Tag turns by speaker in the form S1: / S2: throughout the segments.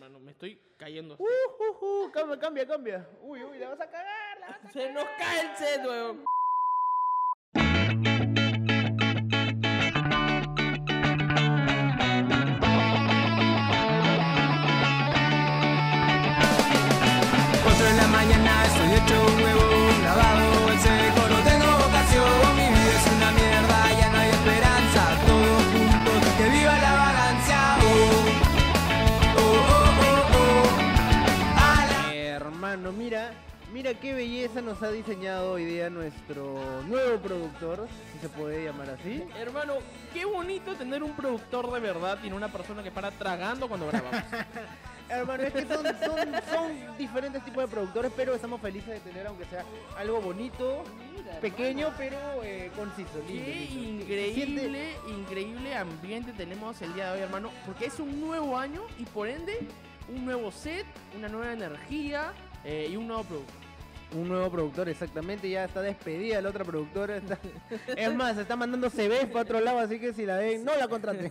S1: mano. Me estoy cayendo. así.
S2: Uh, uh, uh, cambia, cambia, cambia. Uy, uy, la vas a cagar, la vas a
S1: Se nos cae el set, weón.
S3: Cuatro en la mañana estoy hecho un huevo, lavado el seco, no tengo vocación, mi vida es una mierda, ya no hay esperanza, todos juntos, que viva la vagancia, oh, oh, oh, oh, oh, a la-
S2: Hermano, mira, mira qué belleza nos ha diseñado hoy día nuestro nuevo productor, si se puede llamar así.
S1: Hermano, qué bonito tener un productor de verdad y no una persona que para tragando cuando grabamos.
S2: Hermano, es que son, son, son diferentes tipos de productores, pero estamos felices de tener, aunque sea algo bonito, pequeño, pero eh, conciso. lindo,
S1: Qué
S2: lindo. Siente-
S1: increíble, increíble ambiente tenemos el día de hoy, hermano, porque es un nuevo año y por ende un nuevo set, una nueva energía eh, y un nuevo producto.
S2: Un nuevo productor, exactamente, ya está despedida la otra productora. está- Es más, está mandando CVs para otro lado, así que si la ven, no la contraten.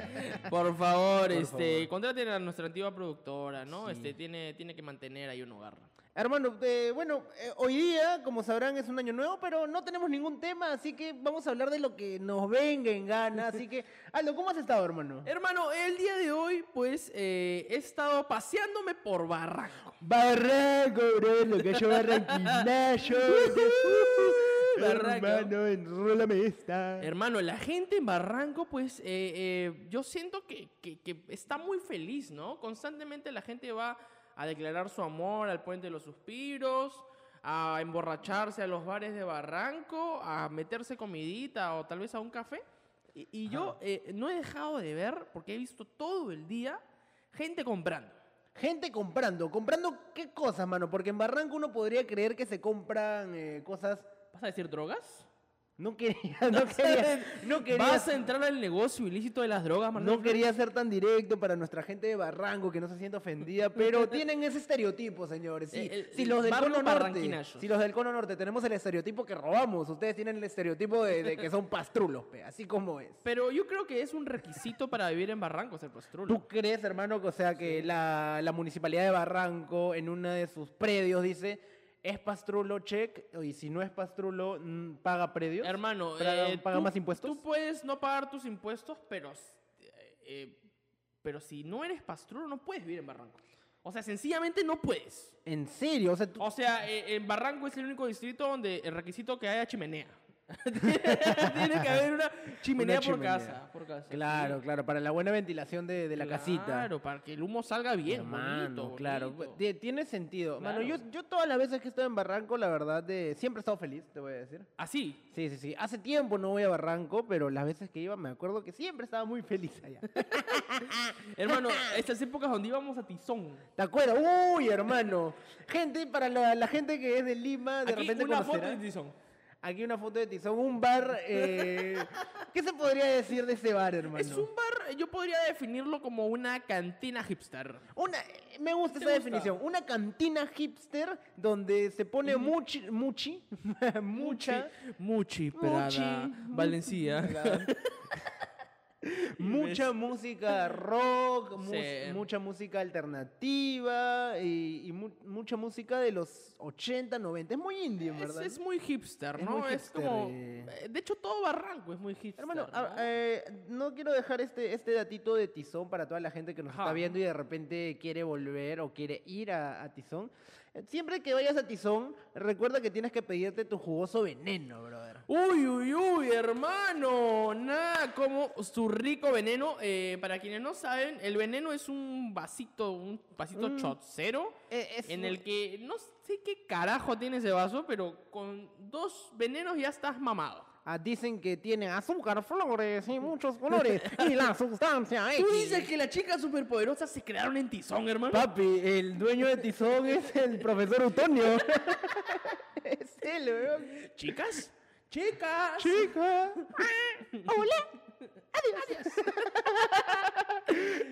S1: Por favor, este,
S2: favor.
S1: contraten a nuestra antigua productora, ¿no?
S2: Sí.
S1: Este tiene tiene que mantener ahí un hogar.
S2: Hermano, eh, bueno, eh, hoy día, como sabrán, es un año nuevo, pero no tenemos ningún tema, así que vamos a hablar de lo que nos venga en gana. Así que, Aldo, ¿cómo has estado, hermano?
S1: Hermano, el día de hoy, pues, eh, he estado paseándome por Barranco.
S2: Barranco, bro, lo que yo barranquinayo.
S1: Barranco. Hermano,
S2: enrólame esta.
S1: Hermano, la gente en Barranco, pues, eh, eh, yo siento que, que- que está muy feliz, ¿no? Constantemente la gente va a declarar su amor al Puente de los Suspiros, a emborracharse a los bares de Barranco, a meterse comidita o tal vez a un café. Y, y yo eh, no he dejado de ver, porque he visto todo el día, gente comprando.
S2: Gente comprando, comprando qué cosas, mano, porque en Barranco uno podría creer que se compran eh, cosas.
S1: ¿Vas a decir drogas?
S2: No quería, no quería, no quería.
S1: ¿Vas a entrar al negocio ilícito de las drogas, Manuel?
S2: No quería ser tan directo para nuestra gente de Barranco que no se siente ofendida, pero tienen ese estereotipo, señores. Sí,
S1: El- el-
S2: si los del
S1: barrio
S2: cono norte,
S1: barranquinazo.
S2: si los del cono norte tenemos el estereotipo que robamos, ustedes tienen el estereotipo de, de que son pastrulos, pe, así como es.
S1: Pero yo creo que es un requisito para vivir en Barranco, ser postrulo.
S2: ¿Tú crees, hermano, que, o sea, que la, la municipalidad de Barranco en uno de sus predios dice es pastrulo, check, y si no es pastrulo, mm, paga predios?
S1: Hermano,
S2: ¿Paga,
S1: eh,
S2: paga
S1: tú-
S2: más impuestos?
S1: Tú puedes no pagar tus impuestos, pero, s- eh, eh, pero si no eres pastrulo, no puedes vivir en Barranco. O sea, sencillamente no puedes.
S2: ¿En serio? O sea, tú-
S1: O sea, eh, en Barranco es el único distrito donde el requisito que haya chimenea. Tiene que haber una chimenea, por,
S2: chimenea.
S1: Casa, por casa.
S2: Oh, Claro, claro, para la buena ventilación de, de la casita.
S1: Claro, para que el humo salga bien,
S2: Hermano,
S1: bonito,
S2: claro. pues,
S1: bonito.
S2: Tie- Tiene sentido. Mano, yo,
S1: Claro.
S2: yo todas las veces que he estado en Barranco, la verdad, de, siempre he estado feliz, te voy a decir.
S1: Así.
S2: Sí, sí, sí. Hace tiempo no voy a Barranco, pero las veces que iba me acuerdo que siempre estaba muy feliz allá.
S1: Hermano, estas épocas donde íbamos a Tizón.
S2: ¿Te acuerdas? Uy, hermano. Gente, para la, la gente que es de Lima, de
S1: Aquí
S2: repente
S1: una foto
S2: conocerá.
S1: de Tizón.
S2: Aquí una foto de Tizón, un bar. eh, ¿Qué se podría decir de ese bar, hermano?
S1: Es un bar, yo podría definirlo como una cantina hipster.
S2: Una, me gusta
S1: ¿Te
S2: esa
S1: gusta?
S2: definición. Una cantina hipster donde se pone muchi, muchi, mucha,
S1: Muchi,
S2: Prada,
S1: Valencia.
S2: mucha música rock, mus-
S1: Sí.
S2: mucha música alternativa y, y mu- mucha música de los 80, 90. Es muy indie, en
S1: Es,
S2: verdad.
S1: es muy hipster,
S2: Es
S1: ¿no?
S2: muy
S1: Es,
S2: hipster,
S1: como.
S2: eh.
S1: eh, De hecho, todo Barranco es muy hipster.
S2: Hermano,
S1: ¿no?
S2: a- eh, no quiero dejar este, este datito de Tizón para toda la gente que nos
S1: Ajá.
S2: está viendo y de repente quiere volver o quiere ir a, a Tizón. Eh, Siempre que vayas a Tizón, recuerda que tienes que pedirte tu jugoso veneno, brother.
S1: Uy, uy, uy, hermano. Nada como su rico veneno. Eh, para quienes no saben, el veneno es un vasito, un vasito
S2: Mm.
S1: chocero.
S2: Eh, es
S1: En
S2: un-
S1: el que no sé qué carajo tiene ese vaso, pero con dos venenos ya estás mamado.
S2: Ah, dicen que tiene azúcar, flores y muchos colores. y la sustancia
S1: Tú
S2: X.
S1: dices que las chicas superpoderosas se crearon en Tizón, hermano.
S2: Papi, el dueño de Tizón es el profesor Utonio. es él, weón.
S1: ¿Chicas? ¡Chicas!
S2: Chica. Hola.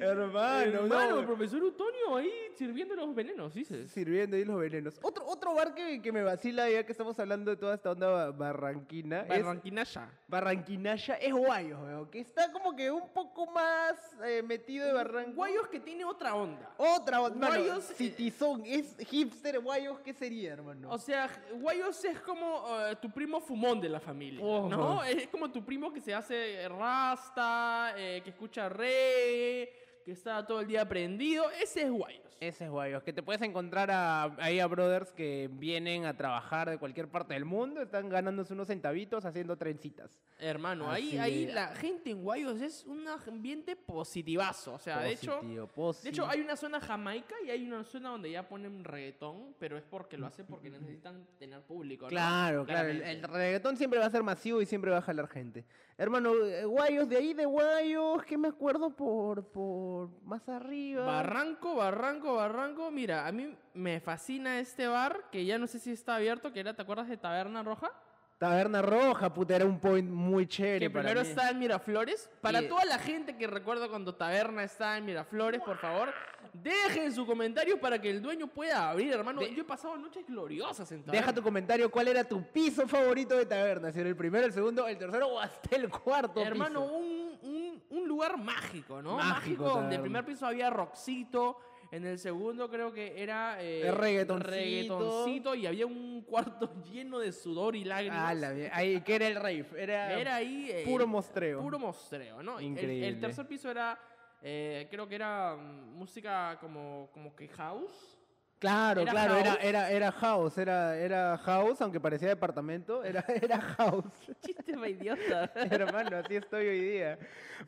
S2: Hermano,
S1: Hermano,
S2: no.
S1: el profesor Utonio ahí sirviendo los venenos, dices.
S2: Sirviendo ahí los venenos. Otro, otro bar que, que me vacila ya que estamos hablando de toda esta onda ba- barranquina. es-
S1: Barranquinaya.
S2: barranquinaya es Guayos, weón, que está como que un poco más eh, metido de Barranco.
S1: Guayos que tiene otra onda.
S2: Otra, onda, hermano,
S1: Guayos, eh,
S2: Citizón, es hipster Guayos, ¿qué sería, hermano?
S1: O sea, Guayos es como eh, tu primo fumón de la familia, ¿no?
S2: Ojo.
S1: Es como tu primo que se hace eh, rasta, eh, que escucha reggae, que está todo el día prendido. Ese es Guayos.
S2: Ese es Guayos, que te puedes encontrar a- ahí a brothers que vienen a trabajar de cualquier parte del mundo, están ganándose unos centavitos haciendo trencitas.
S1: Hermano, ahí,
S2: Así
S1: ahí
S2: es.
S1: la gente en Guayos es un ambiente positivazo. O sea, de hecho...
S2: Positivo, posi-
S1: De hecho, hay una zona jamaica y hay una zona donde ya ponen reggaetón, pero es porque lo hacen porque necesitan tener público. ¿no?
S2: Claro, claro. El, el
S1: Claramente.
S2: reggaetón siempre va a ser masivo y siempre va a jalar gente. Hermano, eh, Guayos, de ahí de Guayos, que me acuerdo por, por más arriba.
S1: Barranco, barranco, barranco. Mira, a mí me fascina este bar que ya no sé si está abierto, que era, ¿te acuerdas de Taberna Roja?
S2: Taberna Roja, puta, era un point muy chévere.
S1: Que
S2: para
S1: primero
S2: mí.
S1: está en Miraflores. Para
S2: Y-
S1: toda la gente que recuerda cuando Taberna está en Miraflores, por favor, dejen su comentario para que el dueño pueda abrir, hermano.
S2: De-
S1: Yo he pasado noches gloriosas en Taberna.
S2: Deja tu comentario, ¿cuál era tu piso favorito de Taberna? Si era el primero, el segundo, el tercero o hasta el cuarto.
S1: Hermano,
S2: piso.
S1: un, un- un lugar mágico, ¿no?
S2: Mágico,
S1: donde el
S2: Taberna.
S1: primer piso había rockcito, en el segundo creo que era eh,
S2: El reggaetoncito.
S1: reggaetoncito, y había un cuarto lleno de sudor y lágrimas.
S2: Ah, la mie- ahí, que era el rave. Era,
S1: Era ahí eh,
S2: puro mostreo.
S1: Puro mostreo, ¿no? Y el- El,
S2: Increíble.
S1: tercer piso era, eh, creo que era mm, música como, como que house.
S2: Claro,
S1: era
S2: claro, era,
S1: house.
S2: era, era house, era, era house, aunque parecía departamento, era, era house.
S1: Chiste pa' idiota.
S2: Hermano, así estoy hoy día.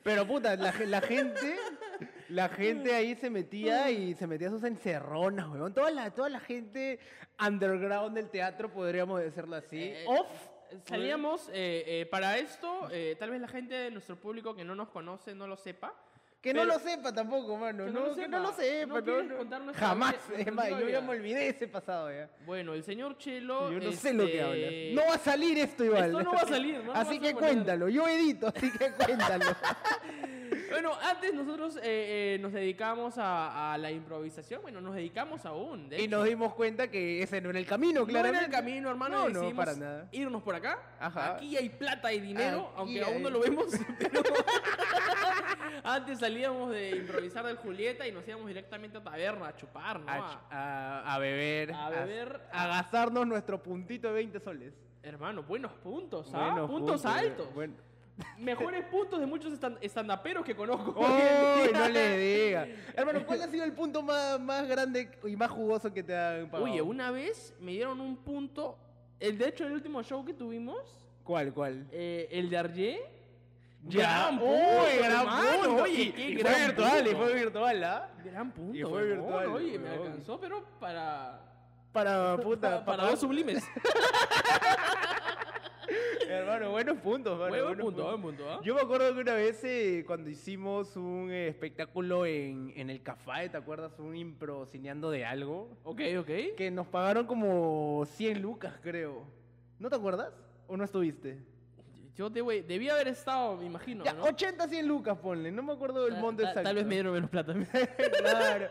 S2: Pero puta, la, ge- la gente, la gente ahí se metía y se metía sus encerronas, weón. Toda la, toda la gente underground del teatro, podríamos decirlo así.
S1: Eh,
S2: Off.
S1: Salíamos, eh, eh, para esto, eh, tal vez la gente de nuestro público que no nos conoce no lo sepa.
S2: Que no
S1: pero-
S2: lo sepa tampoco, mano.
S1: que
S2: no, que no lo sepa.
S1: ¿No quieres
S2: no.
S1: contar nuestra
S2: Jamás.
S1: vida-
S2: Es
S1: nuestra
S2: más, yo ya
S1: historia?
S2: me olvidé de ese pasado ya.
S1: Bueno, el señor Chelo.
S2: Yo no sé lo que hablas.
S1: este,
S2: No va a salir esto, igual.
S1: Esto no va a salir, ¿no?
S2: Así
S1: No vas
S2: que
S1: a poner-
S2: cuéntalo. Yo edito, así que cuéntalo.
S1: Bueno, antes nosotros eh, eh, nos dedicamos a, a la improvisación. Bueno, nos dedicamos aún. De
S2: y
S1: hecho.
S2: nos dimos cuenta que ese no era el camino,
S1: No
S2: claramente.
S1: era el camino, hermano.
S2: No,
S1: y
S2: no,
S1: decidimos
S2: para nada.
S1: Irnos por acá.
S2: Ajá.
S1: Aquí hay plata y dinero,
S2: Aquí
S1: aunque aún
S2: hay-
S1: no lo vemos. pero- Antes salíamos de improvisar del Julieta y nos íbamos directamente a taberna a chupar, ¿no?
S2: a,
S1: A-
S2: ch- a- a beber.
S1: A beber,
S2: A, a gastarnos nuestro puntito de 20 soles.
S1: Hermano, buenos puntos, ¿ah?
S2: Buenos
S1: puntos, altos.
S2: bueno.
S1: Mejores puntos de muchos stand- estandaperos que conozco. hoy en
S2: ¡Uy,
S1: día.
S2: no le diga! Hermano, ¿cuál ha sido el punto más, más grande y más jugoso que te han pagado?
S1: Oye, una vez me dieron un punto. El, de hecho, el último show que tuvimos,
S2: ¿Cuál, cuál?
S1: eh, el de Arjé.
S2: ¡Uy, gran punto!
S1: Oye,
S2: Y-
S1: qué
S2: y
S1: gran
S2: fue virtual, y
S1: punto.
S2: fue virtual, ¿ah?
S1: Gran punto.
S2: Y fue
S1: huevón,
S2: virtual,
S1: Oye, me
S2: huevón.
S1: alcanzó, pero para.
S2: Para,
S1: Para,
S2: puta,
S1: para dos sublimes.
S2: Hermano, buenos puntos, hermano,
S1: Huevo
S2: buenos
S1: punto,
S2: puntos.
S1: buen punto. ¿ah?
S2: Yo me acuerdo que una vez eh, cuando hicimos un eh, espectáculo en, en el Café, ¿te acuerdas? Un impro cineando de algo.
S1: Ok, ok.
S2: Que nos pagaron como 100 lucas, creo. ¿No te acuerdas? ¿O no estuviste?
S1: Yo te voy. Debía haber estado, me imagino.
S2: ya,
S1: ¿no?
S2: 80, 100 lucas, ponle. No me acuerdo del
S1: Ta-
S2: monto
S1: ta-
S2: exacto.
S1: Tal vez me dieron menos plata.
S2: claro,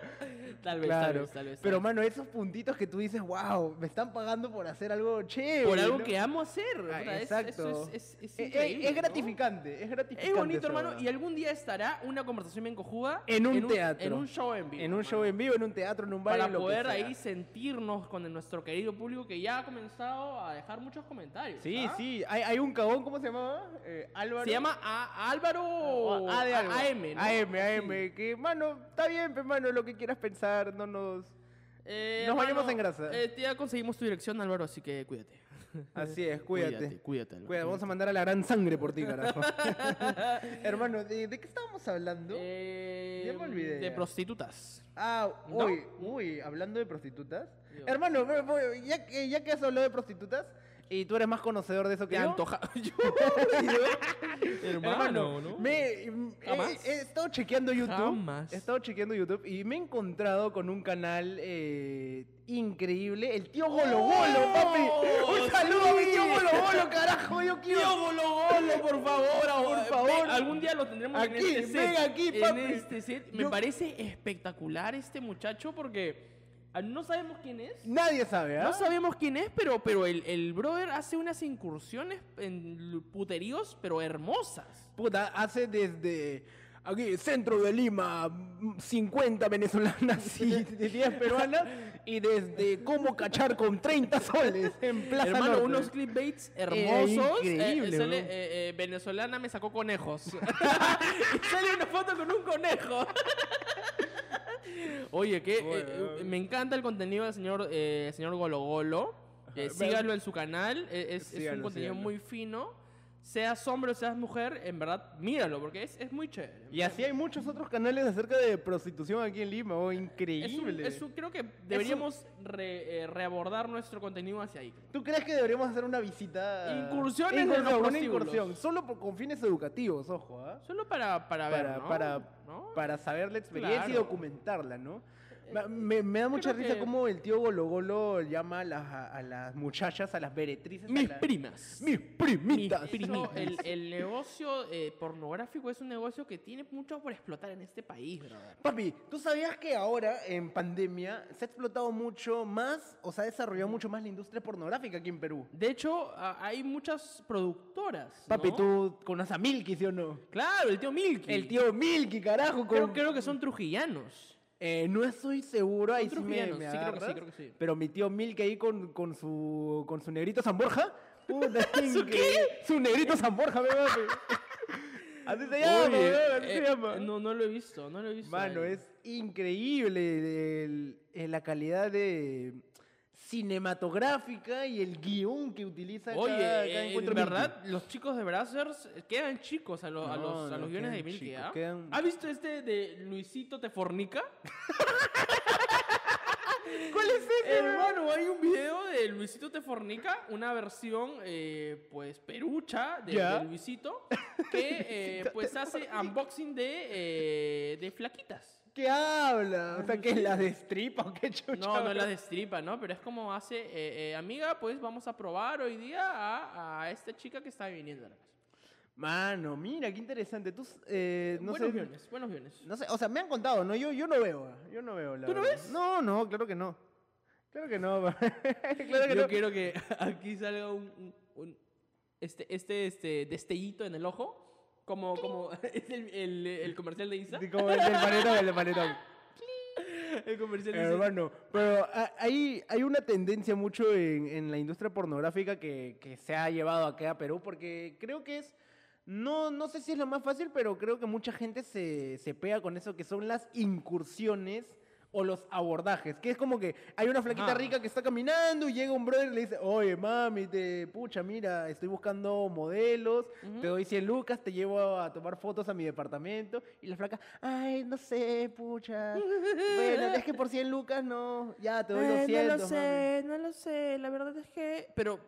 S1: Tal vez, tal
S2: claro.
S1: vez, tal vez.
S2: Pero,
S1: tal vez.
S2: mano, esos puntitos que tú dices, wow, me están pagando por hacer algo chévere.
S1: Por algo
S2: ¿no?
S1: que amo hacer.
S2: Ah,
S1: puta, es-
S2: exacto.
S1: eso es, es- es
S2: Eh, eh,
S1: increíble,
S2: es
S1: ¿no?
S2: gratificante, es gratificante.
S1: Es bonito,
S2: esa
S1: hermano.
S2: huevada.
S1: Y algún día estará una conversación bien cojuda.
S2: En un teatro.
S1: En un show en vivo.
S2: En un show
S1: hermano.
S2: en vivo, en un teatro, en un bar, en
S1: Para
S2: lo que
S1: poder
S2: sea.
S1: ahí sentirnos con el- nuestro querido público que ya ha comenzado a dejar muchos comentarios.
S2: Sí,
S1: ¿ah?
S2: sí, hay, hay un cabón, ¿cómo se llamaba? Eh, Álvaro.
S1: Se llama A- Álvaro
S2: O- A de algo.
S1: AM. ¿no?
S2: AM, AM,
S1: Sí.
S2: que, mano, está bien, pe, mano, lo que quieras pensar, no nos...
S1: Eh,
S2: Nos
S1: hermano,
S2: bañamos en grasa.
S1: eh, ya conseguimos tu dirección, Álvaro, así que cuídate.
S2: Así es, cuídate.
S1: Cuídate, Álvaro.
S2: Cuídate, vamos a mandar a la gran sangre por ti, carajo. Hermano, ¿de, de qué estábamos hablando?
S1: Eh,
S2: Ya me olvidé.
S1: De prostitutas.
S2: Ah,
S1: ¿no?
S2: uy, uy, hablando de prostitutas.
S1: Digo.
S2: Hermano, pero, pero, ya, que, ya que has hablado de prostitutas, Y tú eres más conocedor de eso que
S1: Te
S2: yo.
S1: antoja. Yo, hermano, ¿no?
S2: Me, mm, he-
S1: Jamás.
S2: He, estado chequeando YouTube.
S1: Jamás.
S2: He estado chequeando YouTube y me he encontrado con un canal eh, increíble. El tío Golo Golo, papi. Un saludo a mi tío
S1: ¡Oh! sí.
S2: Golo Golo, carajo. Yo quiero.
S1: Tío Golo Golo, por favor. ahora,
S2: Por favor.
S1: ven, algún día lo tendremos en
S2: Aquí,
S1: este set.
S2: ven aquí,
S1: en
S2: papi.
S1: este set. Me
S2: Yo-
S1: parece espectacular este muchacho porque ah, no sabemos quién es.
S2: Nadie sabe, ¿ah?
S1: No sabemos quién es, pero, pero el, el brother hace unas incursiones en puteríos, pero hermosas.
S2: Puta, hace desde aquí, centro de Lima, mm, 50 venezolanas y 10 peruanas, y desde cómo cachar con 30 soles en Plaza
S1: Hermano,
S2: Norte.
S1: unos clipbaits hermosos. Eh,
S2: increíble,
S1: eh, sale,
S2: bro.
S1: eh, eh, venezolana me sacó conejos. y sale una foto con un conejo. Oye, que eh, eh, me encanta el contenido del señor, eh, señor Golo Golo. Eh,
S2: Ajá,
S1: sígalo
S2: ve-
S1: en su canal. eh, es, es un
S2: Sígalo,
S1: contenido
S2: sígalo.
S1: muy fino. Seas hombre o seas mujer, en verdad, míralo, porque es, es muy chévere.
S2: Y así hay muchos otros canales acerca de prostitución aquí en Lima, oh,
S1: Es un-
S2: increíble.
S1: es un- creo que deberíamos re- eh, reabordar nuestro contenido hacia ahí.
S2: ¿Tú crees que deberíamos hacer una visita?
S1: Incursiones en los
S2: una
S1: prostíbulos.
S2: incursión, solo por, con fines educativos, ojo, ¿ah?
S1: Solo para, para,
S2: Para,
S1: ver, ¿no?
S2: para,
S1: ¿No?
S2: para saber la experiencia y
S1: Claro. Eh,
S2: documentarla, ¿no? Ma- Me, me da mucha
S1: creo
S2: risa
S1: que-
S2: cómo el tío Golo Golo llama a las, a- a las muchachas, a las veretrices. a
S1: Mis
S2: la-
S1: primas.
S2: Mis primitas.
S1: Mis primitas. El, el negocio eh, pornográfico es un negocio que tiene mucho por explotar en este país, brother.
S2: Papi, ¿tú sabías que ahora en pandemia se ha explotado mucho más o se ha desarrollado mucho más la industria pornográfica aquí en Perú?
S1: De hecho, a- hay muchas productoras.
S2: Papi,
S1: ¿no?
S2: tú conoces a Milky, ¿sí o no?
S1: Claro, el tío Milky.
S2: El tío Milky, carajo. Con...
S1: Creo, creo que son trujillanos.
S2: Eh, no estoy seguro, ahí sí me,
S1: trujillanos,
S2: me
S1: sí, creo que sí,
S2: agarras,
S1: creo que sí.
S2: Pero mi tío Milky ahí con, con su con su negrito San Borja. Puta,
S1: ¿Su qué?
S2: increíble. Su negrito San Borja, me papi. Así se llama,
S1: Oye,
S2: weón, así
S1: eh,
S2: se llama.
S1: No, no lo he visto, no lo he visto.
S2: Mano,
S1: ahí.
S2: es increíble el- el- la calidad de cinematográfica y el guión que utiliza
S1: Oye,
S2: cada, cada
S1: eh, en
S2: encuentro Milky.
S1: verdad, los chicos de Brazzers eh, quedan chicos a, los a
S2: No,
S1: los, a
S2: no
S1: los guiones de
S2: quedan
S1: Milky,
S2: chicos,
S1: ¿ah?
S2: quedan-
S1: ¿Has visto este de Luisito te fornica?
S2: ¿Cuál es ese?
S1: Hermano, hay un video de Luisito te fornica, una versión, eh, pues, perucha de,
S2: Ya.
S1: de Luisito, que, eh, pues, hace unboxing de, eh, de flaquitas.
S2: ¿Qué habla? O sea, que la destripa o qué chucha.
S1: No, no
S2: bro?
S1: la destripa, ¿no? Pero es como hace, eh, eh, amiga, pues, vamos a probar hoy día a, a esta chica que está viniendo a la casa.
S2: Mano, mira, qué interesante. Tú, eh, no
S1: buenos
S2: sé,
S1: guiones, buenos guiones.
S2: No sé, o sea, me han contado, ¿no? Yo, yo no veo, ah, yo no veo. La
S1: ¿Tú no
S2: verdad.
S1: ves?
S2: No, no, claro que no. Claro que no. claro que
S1: Yo
S2: no.
S1: quiero que aquí salga un, un- un- este, este, este destellito en el ojo. Como, como es el, el- el comercial de Isa.
S2: Sí, como el del panetón, el del panetón.
S1: El comercial de Isa.
S2: Hermano, pero a- hay, hay una tendencia mucho en, en la industria pornográfica que, que se ha llevado acá a Perú porque creo que es, no, no sé si es lo más fácil, pero creo que mucha gente se, se pega con eso que son las incursiones o los abordajes, que es como que hay una flaquita
S1: Ajá.
S2: rica que está caminando y llega un brother y le dice, oye mami, te, pucha, mira, estoy buscando modelos, te doy 100 lucas, te llevo a, a tomar fotos a mi departamento y la flaca, ay, no sé, pucha,
S1: Mm.
S2: bueno, es que por 100 lucas no, ya te doy
S1: Eh,
S2: 200.
S1: no lo
S2: mami".
S1: sé, no lo sé. La verdad es que. Pero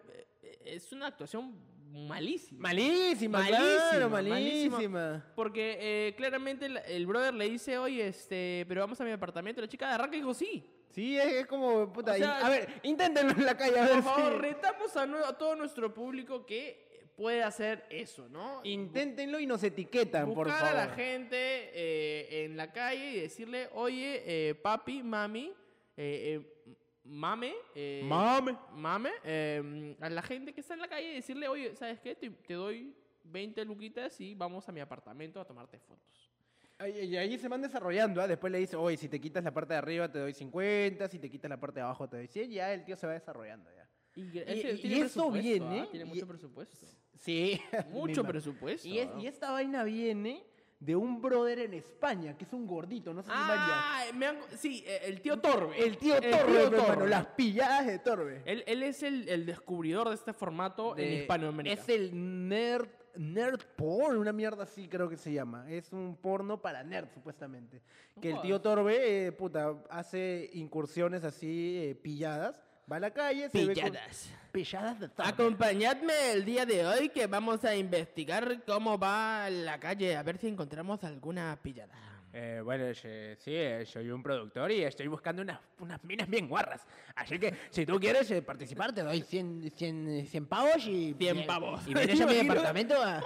S1: eh, es una actuación malísima.
S2: Malísima,
S1: Malísima,
S2: claro,
S1: malísima.
S2: malísima.
S1: Porque eh, claramente el, el brother le dice, oye, este, pero vamos a mi apartamento. La chica de arranca y dijo, sí.
S2: Sí, es, es como, puta,
S1: O
S2: in-
S1: sea,
S2: a ver, inténtenlo en la calle, a ver
S1: Por favor,
S2: si...
S1: retamos a, nue- a todo nuestro público que puede hacer eso, ¿no?
S2: Inténtenlo y nos etiquetan,
S1: Buscar
S2: por favor.
S1: a la gente eh, en la calle y decirle, oye, eh, papi, mami, eh, eh, mame, eh,
S2: Mame.
S1: mame, eh, a la gente que está en la calle y decirle, oye, ¿sabes qué? Te, te doy 20 luquitas y vamos a mi apartamento a tomarte fotos.
S2: Ahí- Y ahí se van desarrollando, ¿ah? Después le dice, oye, si te quitas la parte de arriba te doy 50, si te quitas la parte de abajo te doy 100, ya el tío se va desarrollando ya.
S1: Y,
S2: y-
S1: tiene
S2: y eso
S1: presupuesto,
S2: viene,
S1: ¿ah? Tiene
S2: y-
S1: mucho presupuesto.
S2: Sí.
S1: Mucho
S2: pero
S1: presupuesto.
S2: Y, es-
S1: ¿ah?
S2: y esta vaina viene de un brother en España, que es un gordito, no sé si vaya.
S1: Ah, me han- sí, eh, el tío Torbe.
S2: El tío Torbe,
S1: tío
S2: hermano,
S1: Torbe.
S2: las pilladas de Torbe.
S1: Él, él es el, el descubridor de este formato
S2: De-
S1: en Hispanoamérica.
S2: Es el nerd, nerd porn, una mierda así creo que se llama. Es un porno para nerd, supuestamente.
S1: No
S2: que el
S1: jodas.
S2: tío Torbe, eh, puta, hace incursiones así eh, pilladas Va a la calle, se ve con...
S1: Pilladas.
S2: Pilladas de todo.
S1: Acompañadme el día de hoy que vamos a investigar cómo va la calle, a ver si encontramos alguna pillada.
S4: Eh, bueno, yo- sí, eh, soy un productor y estoy buscando unas, unas minas bien guarras. Así que si tú quieres eh, participar, te doy 100, 100, 100 pavos y...
S1: 100 pavos.
S4: Y vienes a mi
S1: Me imagino-
S4: departamento a...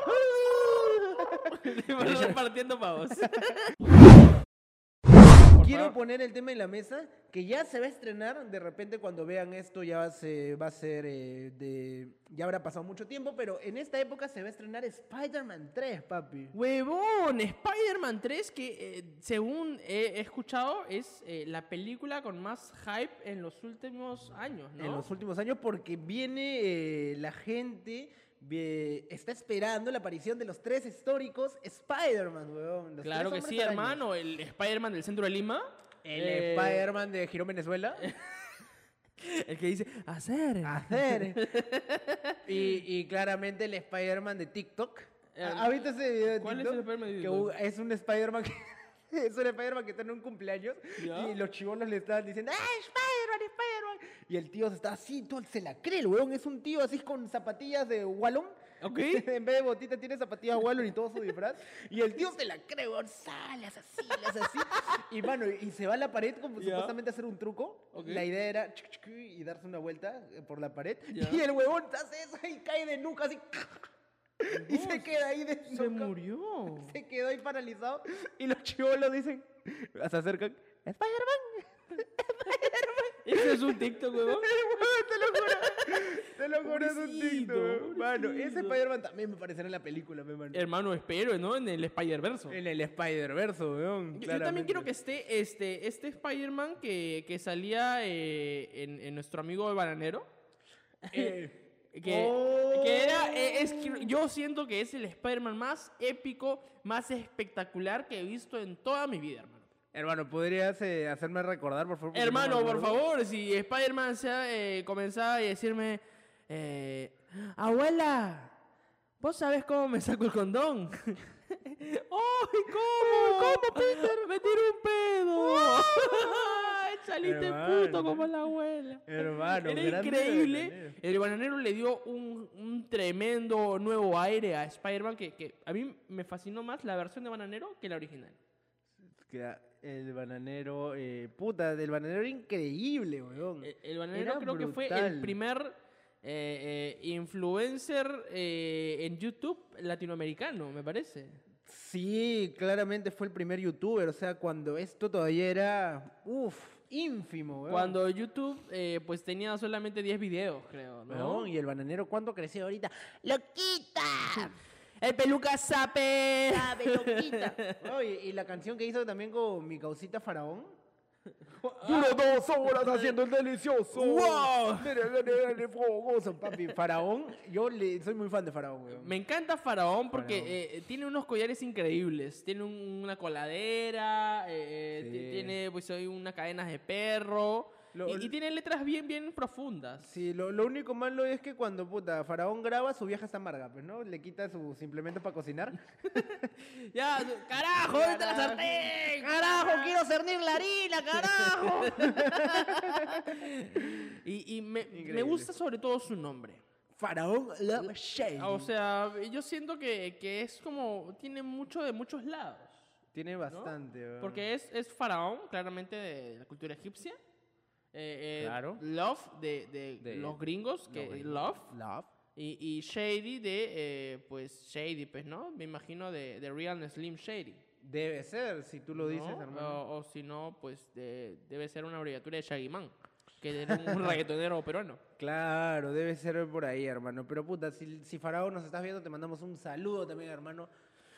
S1: partiendo pavos.
S2: Quiero poner el tema en la mesa que ya se va a estrenar. De repente, cuando vean esto, ya va a ser, va a ser eh, de. Ya habrá pasado mucho tiempo, pero en esta época se va a estrenar Spider-Man 3, papi.
S1: Huevón, Spider-Man 3 que eh, según he he escuchado es eh, la película con más hype en los últimos años, ¿no?
S2: En los últimos años, porque viene eh, la gente. eh, está esperando la aparición de los tres históricos Spider-Man, weón. los
S1: claro que
S2: tres
S1: sí,
S2: hombres araña.
S1: hermano, el Spider-Man del centro de Lima.
S2: El
S1: eh,
S2: Spider-Man de Girón Venezuela.
S1: El que dice, "Ah, hacer.
S2: hacer. y, y claramente el Spider-Man de TikTok.
S1: El-
S2: Ah, ¿Ha- ¿Has visto ese video de
S1: ¿Cuál es
S2: TikTok?
S1: el Spider-Man de
S2: Que
S1: TikTok?
S2: u- es un Spider-Man que... Es un Spider-Man que está en un cumpleaños
S1: ¿Ya?
S2: y los chibonos le estaban diciendo ¡Ah, Spider-Man, Spider-Man! Y el tío está así, todo se la cree, el weón. Es un tío así con zapatillas de Wallon.
S1: Ok.
S2: en vez de botita tiene zapatillas Wallon y todo su disfraz. Y el tío se la cree, weón. Salas así, las así. Y mano, y se va a la pared como
S1: Ya.
S2: supuestamente a hacer un truco.
S1: Ok.
S2: La idea era chuc, chuc, y darse una vuelta eh, por la pared.
S1: Ya.
S2: Y el huevón hace eso y cae de nuca así. Y se queda ahí de
S1: Se
S2: nuca.
S1: murió.
S2: Se quedó ahí paralizado. Y los chivolos dicen, se acercan. Spider-Man.
S1: Ese es un TikTok, huevón.
S2: Te lo juro. Te lo juro, es un
S1: Pobrecito,
S2: TikTok. weón. Mano, ese
S1: pobrecito.
S2: Spider-Man también me parecerá en la película, me mano.
S1: Hermano, espero, ¿no? En el Spider-Verse.
S2: En el Spider-Verse, weón.
S1: Yo- Yo también quiero
S2: claramente.
S1: que esté este, este Spider-Man que, que salía eh, en, en nuestro amigo de Bananero.
S2: Eh,
S1: Que,
S2: Oh.
S1: que era. eh, es, que yo siento que es el Spider-Man más épico, más espectacular que he visto en toda mi vida, hermano.
S2: Hermano, ¿podrías eh, hacerme recordar, por favor? Porque no me
S1: Hermano, por
S2: acuerdo.
S1: favor, si Spider-Man se eh, comenzaba a decirme: eh, Abuela, ¿vos sabés cómo me saco el condón? ¡Ay, cómo! ¿Cómo, Peter? ¡Me tiró un pedo! Ay, Saliste
S2: Hermano.
S1: puto como la abuela.
S2: Hermano,
S1: Era
S2: grande
S1: increíble.
S2: bananero.
S1: El bananero le dio un, un tremendo nuevo aire a Spider-Man que, que a mí me fascinó más la versión de bananero que la original.
S2: Queda El bananero, eh, puta, del bananero era increíble, weón.
S1: Eh, El, el bananero
S2: Era
S1: creo que fue el
S2: brutal.
S1: primer eh, eh, influencer eh, en YouTube latinoamericano, me parece.
S2: Sí, claramente fue el primer youtuber, o sea, cuando esto todavía era, uff, ínfimo, weón.
S1: Cuando YouTube eh, pues tenía solamente 10 videos, creo, ¿no?
S2: Weón, y el bananero, ¿cuánto creció ahorita?
S3: ¡Loquita!
S1: ¡El peluca sape!
S3: ¡Sabe, loquita!
S2: Weón, y, y la canción que hizo también con mi causita Faraón.
S4: Duro dos horas haciendo el delicioso.
S1: ¡Wow!
S2: Fogoso, papi. Faraón, yo le, soy muy fan de Faraón, weón.
S1: Me encanta Faraón porque eh, tiene unos collares increíbles. Tiene un- una coladera, eh, eh, ti-
S2: Sí.
S1: tiene pues hay unas cadenas de perro.
S2: Lo-
S1: y, y tiene letras bien, bien profundas.
S2: Sí, lo, lo único malo es que cuando puta Faraón graba, su vieja está amarga, pues, ¿no? Le quita sus implementos para cocinar.
S1: ¡Ya! ¡Carajo! ¡Vete la sartén! ¡Carajo! ¡Quiero cernir la harina! ¡Carajo! y y me, me gusta sobre todo su nombre.
S2: Faraón Love Shade.
S1: O sea, yo siento que, que es como. Tiene mucho de muchos lados.
S2: Tiene
S1: ¿no?
S2: bastante, weón.
S1: Porque es, es faraón, claramente de la cultura egipcia. Eh, eh,
S4: Claro.
S1: Love de, de
S4: De
S1: los gringos, que Love.
S2: Love.
S1: Y, y Shady de, eh, pues, Shady, pues, ¿no? Me imagino de, de Real Slim Shady.
S2: Debe ser, si tú lo dices,
S1: ¿no?
S4: Oh.
S2: hermano.
S1: O, o si no, pues de- debe ser una abreviatura de Shaggy Man, que era un, un reggaetonero peruano.
S2: Claro, debe ser por ahí, hermano. Pero puta, si, si Faraón nos estás viendo, te mandamos un saludo también, hermano.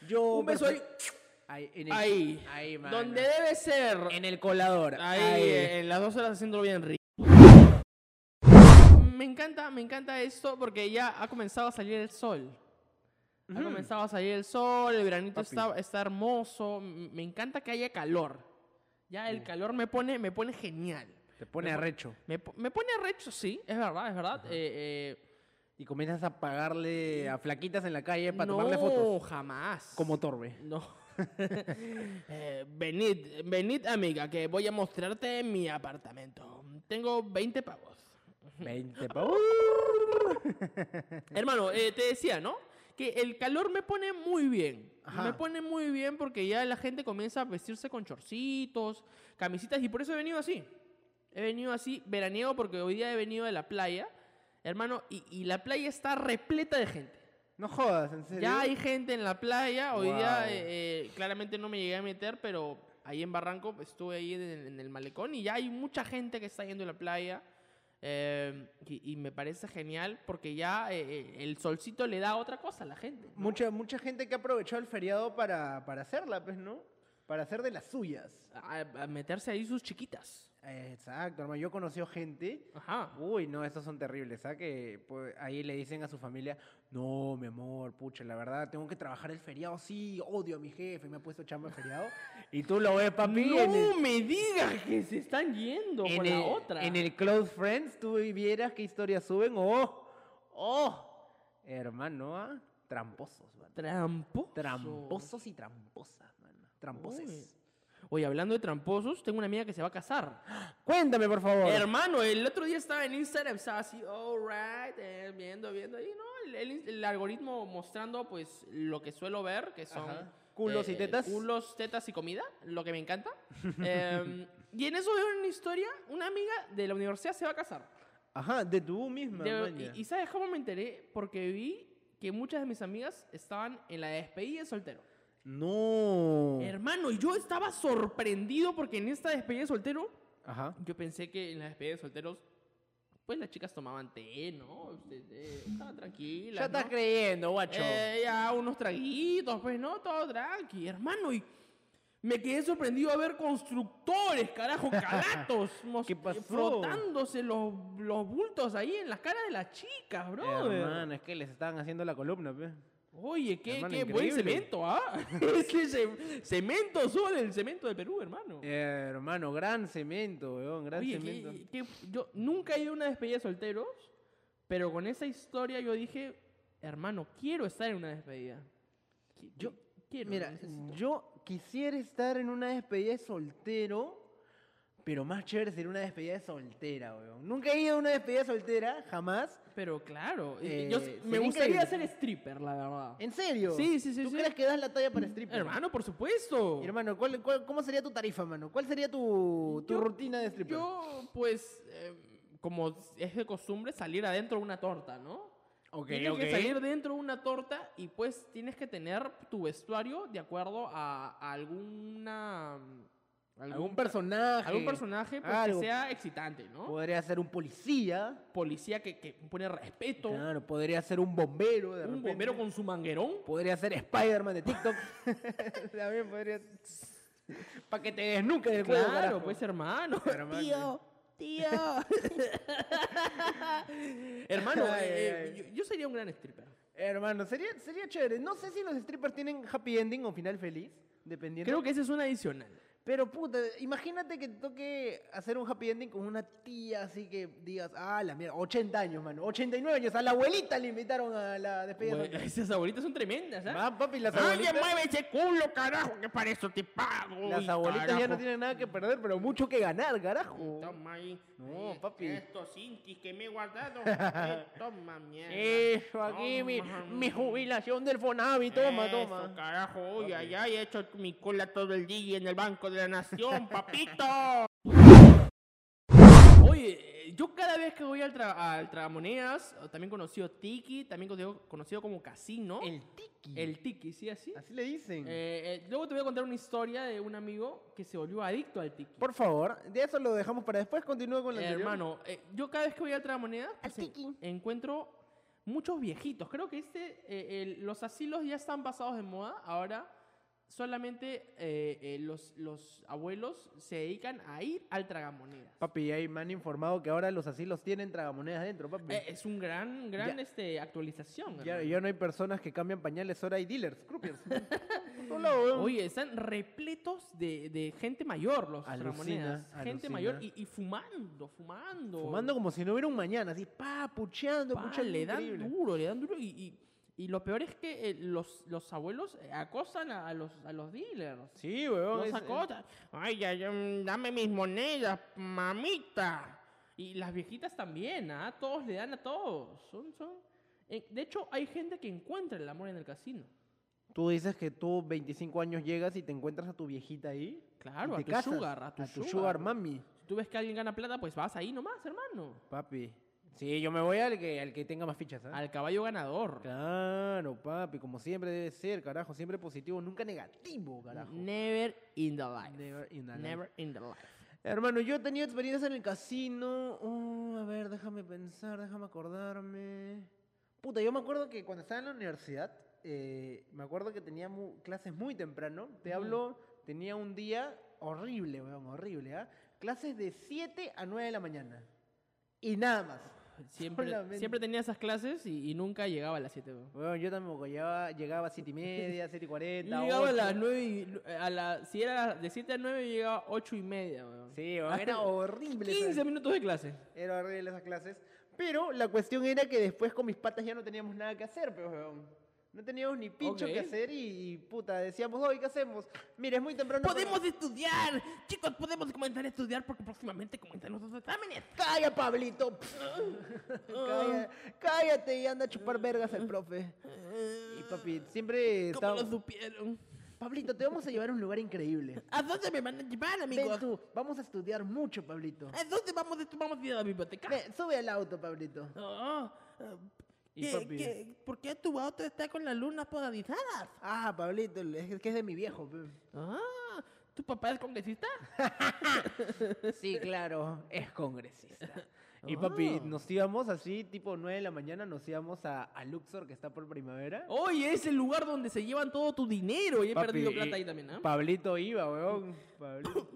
S2: Yo.
S1: Un beso ahí.
S2: perfe- Ahí, en el,
S1: Ahí,
S2: Ahí, mano.
S1: donde debe ser.
S2: En el colador.
S1: Ahí, eh, en las dos horas haciéndolo bien rico. Me encanta, me encanta esto porque ya ha comenzado a salir el sol. Ha comenzado a salir el sol, el veranito está, está hermoso. m- Me encanta que haya calor. Ya el calor me pone, me pone genial.
S2: Te Mm. pone
S1: Me pon-
S2: arrecho.
S1: Me, po- me pone recho, sí, es verdad, es verdad. Eh, eh,
S2: Y comienzas a pagarle a flaquitas en la calle para
S1: no,
S2: tomarle fotos.
S1: jamás.
S2: Como Torbe.
S1: No. Eh, venid, venid, amiga, que voy a mostrarte mi apartamento. Tengo 20 pavos.
S4: 20 pavos.
S1: Hermano, eh, te decía, ¿no? Que el calor me pone muy bien.
S2: Ajá.
S1: Me pone muy bien porque ya la gente comienza a vestirse con chorcitos, camisitas, y por eso he venido así. He venido así, veraniego, porque hoy día he venido de la playa, hermano, y, y la playa está repleta de gente.
S2: No jodas, en serio.
S1: Ya hay gente en la playa. Hoy día,
S4: Guau.
S1: eh, eh, claramente no me llegué a meter, pero ahí en Barranco estuve ahí en, el- en el malecón y ya hay mucha gente que está yendo a la playa. eh, y, y me parece genial porque ya eh, eh, el solcito le da otra cosa a la gente. ¿no?
S2: Mucha, mucha gente que ha aprovechado el feriado para, para hacerla, pues, ¿no? Para hacer de las suyas.
S1: A, a meterse ahí sus chiquitas.
S2: Exacto, hermano. Yo he conocido gente.
S1: Ajá.
S2: Uy, no, estos son terribles, ¿sabes? Que pues, ahí le dicen a su familia, no, mi amor, pucha, la verdad, tengo que trabajar el feriado, sí, odio a mi jefe, me ha puesto chamba el feriado. y tú lo ves, papi, en el-
S1: No me digas que se están yendo
S2: en
S1: con
S2: el,
S1: la otra.
S2: en el Close Friends, tú vieras qué historias suben. ¡Oh! ¡Oh! Hermano, ¿ah? tramposos, mano.
S1: Tramposo.
S2: Tramposos y tramposas, mano. Tramposes.
S1: Oye, hablando de tramposos, tengo una amiga que se va a casar.
S2: Cuéntame, por favor.
S1: Hermano, el otro día estaba en Instagram, estaba así, alright, eh, viendo, viendo, y no, el, el- el algoritmo mostrando pues lo que suelo ver, que son eh,
S2: Ajá. Culos y tetas.
S1: Culos, tetas y comida, lo que me encanta. Em, y en eso veo una historia, una amiga de la universidad se va a casar.
S2: Ajá, de tú misma.
S1: De-
S2: maña.
S1: y, y sabes cómo me enteré? Porque vi que muchas de mis amigas estaban en la despedida de soltero.
S2: No.
S1: Hermano, y yo estaba sorprendido porque en esta despedida de soltero
S2: Ajá.
S1: yo pensé que en las despedidas de solteros, pues las chicas tomaban té, ¿no? Usted, eh, estaban tranquilas.
S4: Ya estás
S1: ¿no?
S4: creyendo, guacho.
S1: Eh, ya unos traguitos, pues, ¿no? Todo tranqui, hermano. Y me quedé sorprendido a ver constructores, carajo, calatos, mos-
S2: ¿Qué pasó?
S1: frotándose los, los bultos ahí en las caras de las chicas, brother.
S2: Hermano, es que les estaban haciendo la columna, pe.
S1: Oye, qué,
S2: Hermano,
S1: qué buen
S2: increíble.
S1: cemento, ¿ah? Ese ce- cemento sobre el cemento de Perú, hermano.
S2: Hermano, gran cemento, weón, gran
S1: Oye,
S2: cemento.
S1: que- que yo nunca he ido a una despedida de solteros, pero con esa historia yo dije, hermano, quiero estar en una despedida. Qui-
S2: Yo-
S1: quiero,
S2: Mira,
S1: necesito.
S2: yo quisiera estar en una despedida de soltero, pero más chévere sería una despedida de soltera, weón. Nunca he ido a una despedida de soltera, jamás.
S1: Pero claro, eh, yo
S2: Eh,
S1: s- me
S2: sería
S1: gustaría
S2: increíble.
S1: ser stripper, la verdad.
S2: ¿En serio?
S1: Sí, sí, sí,
S2: ¿Tú
S1: sí.
S2: crees que das la talla para stripper?
S1: Hermano, por supuesto.
S2: Hermano, ¿cuál, cuál- cómo sería tu tarifa, mano? ¿Cuál sería tu, tu
S1: Yo-
S2: rutina de stripper?
S1: Yo, pues, eh, como es de costumbre, salir adentro de una torta, ¿no?
S4: Ok,
S1: tienes
S4: ok.
S1: que salir dentro de una torta y pues tienes que tener tu vestuario de acuerdo a, a alguna...
S2: algún
S1: tra-
S2: personaje.
S1: Algún personaje pues,
S2: algo. Pues-
S1: que sea excitante, ¿no?
S2: Podría ser un policía.
S1: Policía que, que pone respeto.
S2: Claro, podría ser un bombero de
S1: un
S2: repente.
S1: bombero con su manguerón.
S2: Podría ser Spider-Man de TikTok. También podría. Para que te desnuques del cuello,
S1: Claro,
S2: carajo.
S1: pues hermano.
S2: Hermano.
S1: Tío, tío. hermano,
S2: Ay,
S1: eh,
S2: ay, ay.
S1: yo, yo sería un gran stripper.
S2: Hermano, sería, sería chévere. No sé si los strippers tienen happy ending o final feliz, dependiendo.
S1: Creo que ese es un adicional.
S2: Pero puta, imagínate que te toque hacer un happy ending con una tía así que digas, ah, la mierda, 80 años, mano, 89 años, a la abuelita le invitaron a la despedida.
S1: Güey, Esas abuelitas son tremendas, ¿ah?
S2: Ah, papi, las
S1: ¡Oye,
S2: abuelitas,
S1: mueve ese culo, carajo! Que para eso te pago.
S2: las
S1: y
S2: abuelitas ya no
S1: carajo.
S2: tienen nada que perder, pero mucho que ganar, carajo.
S1: Toma ahí.
S2: No,
S1: Eh,
S2: papi.
S1: Estos intis que me he guardado. Eh, toma, mierda.
S4: Eso, aquí mi,
S1: Toma,
S4: mi jubilación del Fonavi, toma,
S1: Eso,
S4: toma.
S1: carajo, uy, allá he hecho mi cola todo el día en el Banco de la Nación, papito. Oye, eh, yo cada vez que voy al, tra al Tragamonedas, o también conocido Tiki, también conocido, conocido como Casino.
S2: El tiki.
S1: El Tiki, ¿sí así?
S2: Así le dicen.
S1: Eh, eh, luego te voy a contar una historia de un amigo que se volvió adicto al Tiki.
S2: Por favor, de eso lo dejamos para después, continúa con la
S1: Eh, hermano, eh, yo cada vez que voy al Tragamonedas pues, en- encuentro muchos viejitos. Creo que este, eh, el- los asilos ya están pasados de moda. Ahora solamente eh, eh, los, los abuelos se dedican a ir al Tragamonedas.
S2: Papi, ahí me han informado que ahora los asilos tienen tragamonedas dentro, papi.
S1: Eh, es un gran, gran este, actualización.
S2: ya,
S1: hermano.
S2: ya no hay personas que cambian pañales, ahora hay dealers, croupiers. Por todos lados, weón.
S1: Oye, están repletos de, de gente mayor los
S2: Alucina,
S1: Tragamonedas. Gente
S2: alucina.
S1: mayor y, y fumando, fumando.
S2: Fumando como si no hubiera un mañana, así, pa, pucheando,
S1: Pa,
S2: pucheando.
S1: le dan
S2: increíble.
S1: duro, le dan duro. Y, y- y lo peor es que eh, los, los abuelos eh, acosan a, a los, a los dealers.
S2: Sí, weón.
S1: Los
S2: es-
S1: acosan. Ay, ay, ay, dame mis monedas, mamita. Y las viejitas también, ¿ah? Todos le dan a todos. Son, son... eh, De hecho, hay gente que encuentra el amor en el casino.
S2: Tú dices que tú 25 años llegas y te encuentras a tu viejita ahí.
S1: Claro,
S2: y
S1: a
S2: te
S1: tu
S2: casas,
S1: sugar, a tu sugar.
S2: mami.
S1: Si tú ves que alguien gana plata, pues vas ahí nomás, hermano.
S2: Papi.
S4: Sí, yo me voy al que, al que tenga más fichas, ¿ah?
S1: Al caballo ganador.
S2: Claro, papi, como siempre debe ser, carajo, siempre positivo, nunca negativo, carajo.
S1: Never in the life.
S2: Never in the life.
S1: Never in the life.
S2: Hermano, yo he tenido experiencias en el casino. Oh, a ver, déjame pensar, déjame acordarme. Puta, yo me acuerdo que cuando estaba en la universidad, eh, me acuerdo que tenía mu- clases muy temprano. Te
S1: Ujú.
S2: hablo, tenía un día horrible, weón, horrible, ¿ah? Clases de 7 a 9 de la mañana. Y nada más.
S1: Siempre,
S2: Solamente.
S1: siempre tenía esas clases y, y nunca llegaba a las 7.
S2: Weón, yo tampoco llegaba, llegaba a 7 y media, 7 y 40.
S1: llegaba a
S2: 8.
S1: las 9 y, a la, Si era de 7 a 9, llegaba 8 y media. weón.
S4: Sí, weón,
S2: Era horrible. esa-
S1: 15 minutos de clase.
S2: Era horrible esas clases. Pero la cuestión era que después con mis patas ya no teníamos nada que hacer, pero No teníamos ni pincho que
S1: Ok.
S2: hacer y, y, puta, decíamos, hoy ¿qué hacemos? Mira, es muy temprano. para-
S1: ¡Podemos estudiar! Chicos, podemos comenzar a estudiar porque próximamente comienzan los dos exámenes.
S2: ¡Calla, Pablito! Calla- cállate y anda a chupar vergas al profe. Y papi, siempre
S1: ¿Cómo
S2: estaba...
S1: lo supieron?
S2: Pablito, te vamos a llevar a un lugar increíble.
S1: ¿A dónde me van a llevar,
S2: Ven
S1: amigos?
S2: tú, vamos a estudiar mucho, Pablito.
S1: ¿A dónde vamos, a- vamos a ir a la biblioteca?
S2: Ven, sube al auto, Pablito.
S1: Ah, ah,
S2: Y
S1: ¿qué-
S2: papi.
S1: qué- por qué tu auto está con las lunas polarizadas?
S2: Ah, Pablito, es que es de mi viejo. pe.
S1: Ah, ¿tu papá es congresista?
S4: Sí, claro, es congresista.
S2: Y papi,
S1: Ah.
S2: nos íbamos así, tipo 9 de la mañana, nos íbamos a, a Luxor, que está por primavera.
S1: Oye, es el lugar donde se llevan todo tu dinero. Y he
S2: Papi,
S1: perdido
S2: y-
S1: plata ahí también, ¿ah?
S2: Pablito iba, weón. Pablito.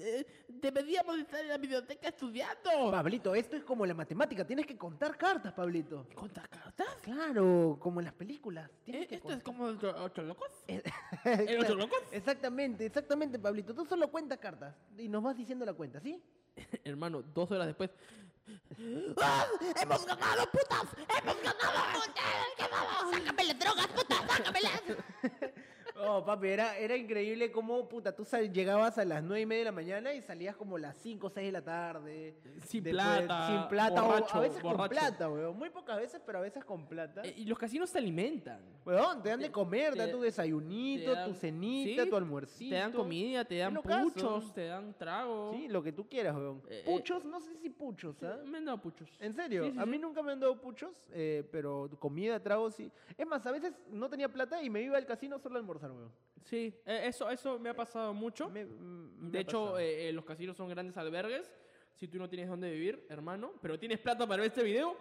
S1: Eh, Deberíamos estar en la biblioteca estudiando.
S2: Pablito, esto es como la matemática, tienes que contar cartas, Pablito.
S1: ¿Contas cartas?
S2: Claro, como en las películas.
S1: Eh,
S2: Tienes que
S1: ¿Esto es
S2: contar.
S1: como el otro- Ocho Locos?
S2: Exact-
S1: los locos?
S2: Exactamente, exactamente, Pablito. Tú solo cuentas cartas y nos vas diciendo la cuenta, ¿sí?
S1: Hermano, dos horas después. ¡Ah! ¡Hemos ganado, putas! ¡Hemos ganado! ¡Sácame las drogas, putas! ¡Sácamelas!
S2: Oh, papi, era, era increíble cómo, puta, tú sal- llegabas a las 9 y media de la mañana y salías como las 5 o 6 de la tarde.
S1: Sin
S2: Después-
S1: plata,
S2: Sin plata, o
S1: borracho,
S2: a veces con
S1: borracho.
S2: plata, weón. Muy pocas veces, pero a veces con plata.
S1: Eh, y los casinos se alimentan.
S2: Weón, te dan de comer, te dan
S1: te-
S2: tu
S1: Te
S2: desayunito,
S1: dan-
S2: tu cenita,
S1: sí,
S2: tu almuercito.
S1: Te dan comida, te dan
S2: lo caso.
S1: puchos, te dan trago.
S2: Sí, lo que tú quieras, weón.
S1: Eh, eh.
S2: Puchos, no sé si puchos, ¿ah?
S1: Me han dado puchos.
S2: En serio,
S1: Sí, sí,
S2: a
S1: sí.
S2: mí nunca me han dado puchos, eh, pero comida, trago, sí. Es más, a veces no tenía plata y me iba al casino solo a almorzar, weón.
S1: Sí, eh, eso, eso me ha pasado mucho.
S2: Me- mm, me
S1: de
S2: ha
S1: hecho,
S2: pasado.
S1: eh, eh, los casinos son grandes albergues. Si tú no tienes dónde vivir, hermano, pero tienes plata para ver este video,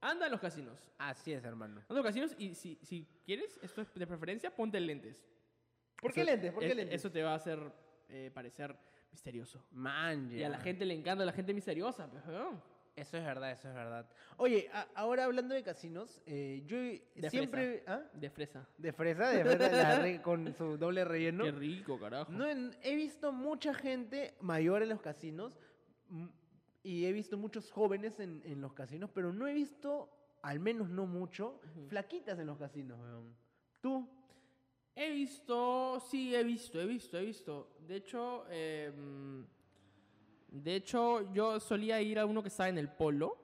S1: anda a los casinos.
S4: Así es, hermano.
S1: Anda a los casinos y si, si quieres, esto es de preferencia, ponte lentes.
S2: ¿Por qué
S1: Eso-
S2: lentes? ¿Por qué
S1: es-
S2: lentes?
S1: Eso te va a hacer eh, parecer misterioso.
S4: Man,
S1: Y a
S4: ya.
S1: la gente le encanta la gente misteriosa. pues, weón.
S4: Eso es verdad, eso es verdad.
S2: Oye, a- ahora hablando de casinos, eh, yo siempre... ¿Ah?
S1: De fresa.
S2: De fresa, de fresa la re- con su doble relleno.
S1: Qué rico, carajo.
S2: No, en- he visto mucha gente mayor en los casinos mm, y he visto muchos jóvenes en, en los casinos, pero no he visto, al menos no mucho, flaquitas en los casinos, weón. Tú,
S1: He visto, sí, he visto, he visto, he visto. De hecho, eh, de hecho, yo solía ir a uno que estaba en el polo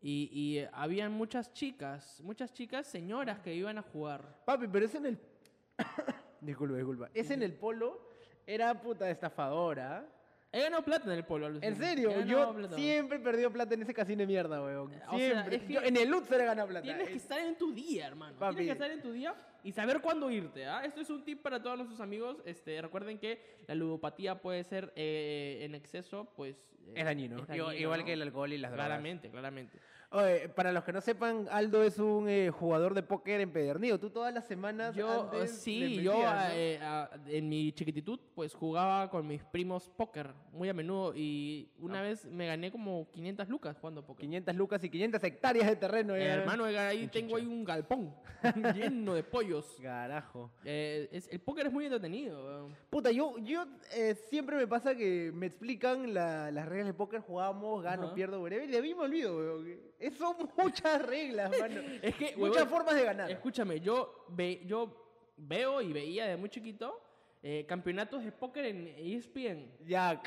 S1: y, y eh, habían muchas chicas, muchas chicas, señoras que iban a jugar.
S2: papi, pero es en el... disculpa, disculpa. Es en el polo, era puta estafadora. ¿ah?
S1: He ganado plata en el polo. alucina.
S2: En
S1: He
S2: serio,
S1: ganado
S2: yo
S1: plata.
S2: siempre he perdido plata en ese casino de mierda, weón.
S1: sea,
S2: Siempre.
S1: es que
S2: Yo en el Lutz era ganar plata.
S1: Tienes
S2: Eh,
S1: que estar en tu día, hermano.
S2: Papi.
S1: Tienes que estar en tu día y saber cuándo irte. ¿ah? Esto es un tip para todos nuestros amigos. Este, recuerden que la ludopatía puede ser eh, en exceso, pues. eh,
S4: Es dañino.
S1: es
S4: Igual- Igual
S1: ¿no?
S4: que el alcohol y las drogas.
S1: Claramente, claramente.
S2: Oye, para los que no sepan, Aldo es un eh, jugador de póker empedernido. Tú todas las semanas.
S1: Yo, eh,
S2: antes
S1: sí,
S2: le
S1: yo
S2: metías, ¿no?
S1: eh, a- en mi chiquititud, pues jugaba con mis primos póker muy a menudo y
S2: Ah.
S1: una vez me gané como 500 lucas jugando póker.
S2: 500 lucas y 500 hectáreas de terreno,
S1: Eh,
S2: eh.
S1: hermano, eh, ahí tengo ahí un galpón lleno de pollos.
S2: Carajo.
S1: Eh, es- el póker es muy entretenido. weón.
S2: Puta, yo, yo eh, siempre me pasa que me explican la- las reglas de póker, jugamos, gano,
S1: Ajá.
S2: pierdo, whatever, y de mí me olvido, weón. Es- Son muchas reglas, mano.
S1: Es que,
S2: muchas
S1: huevón,
S2: formas de ganar.
S1: Escúchame, yo, ve, yo veo y veía de muy chiquito eh, campeonatos de póker en ESPN.
S2: Ya,
S1: Ah,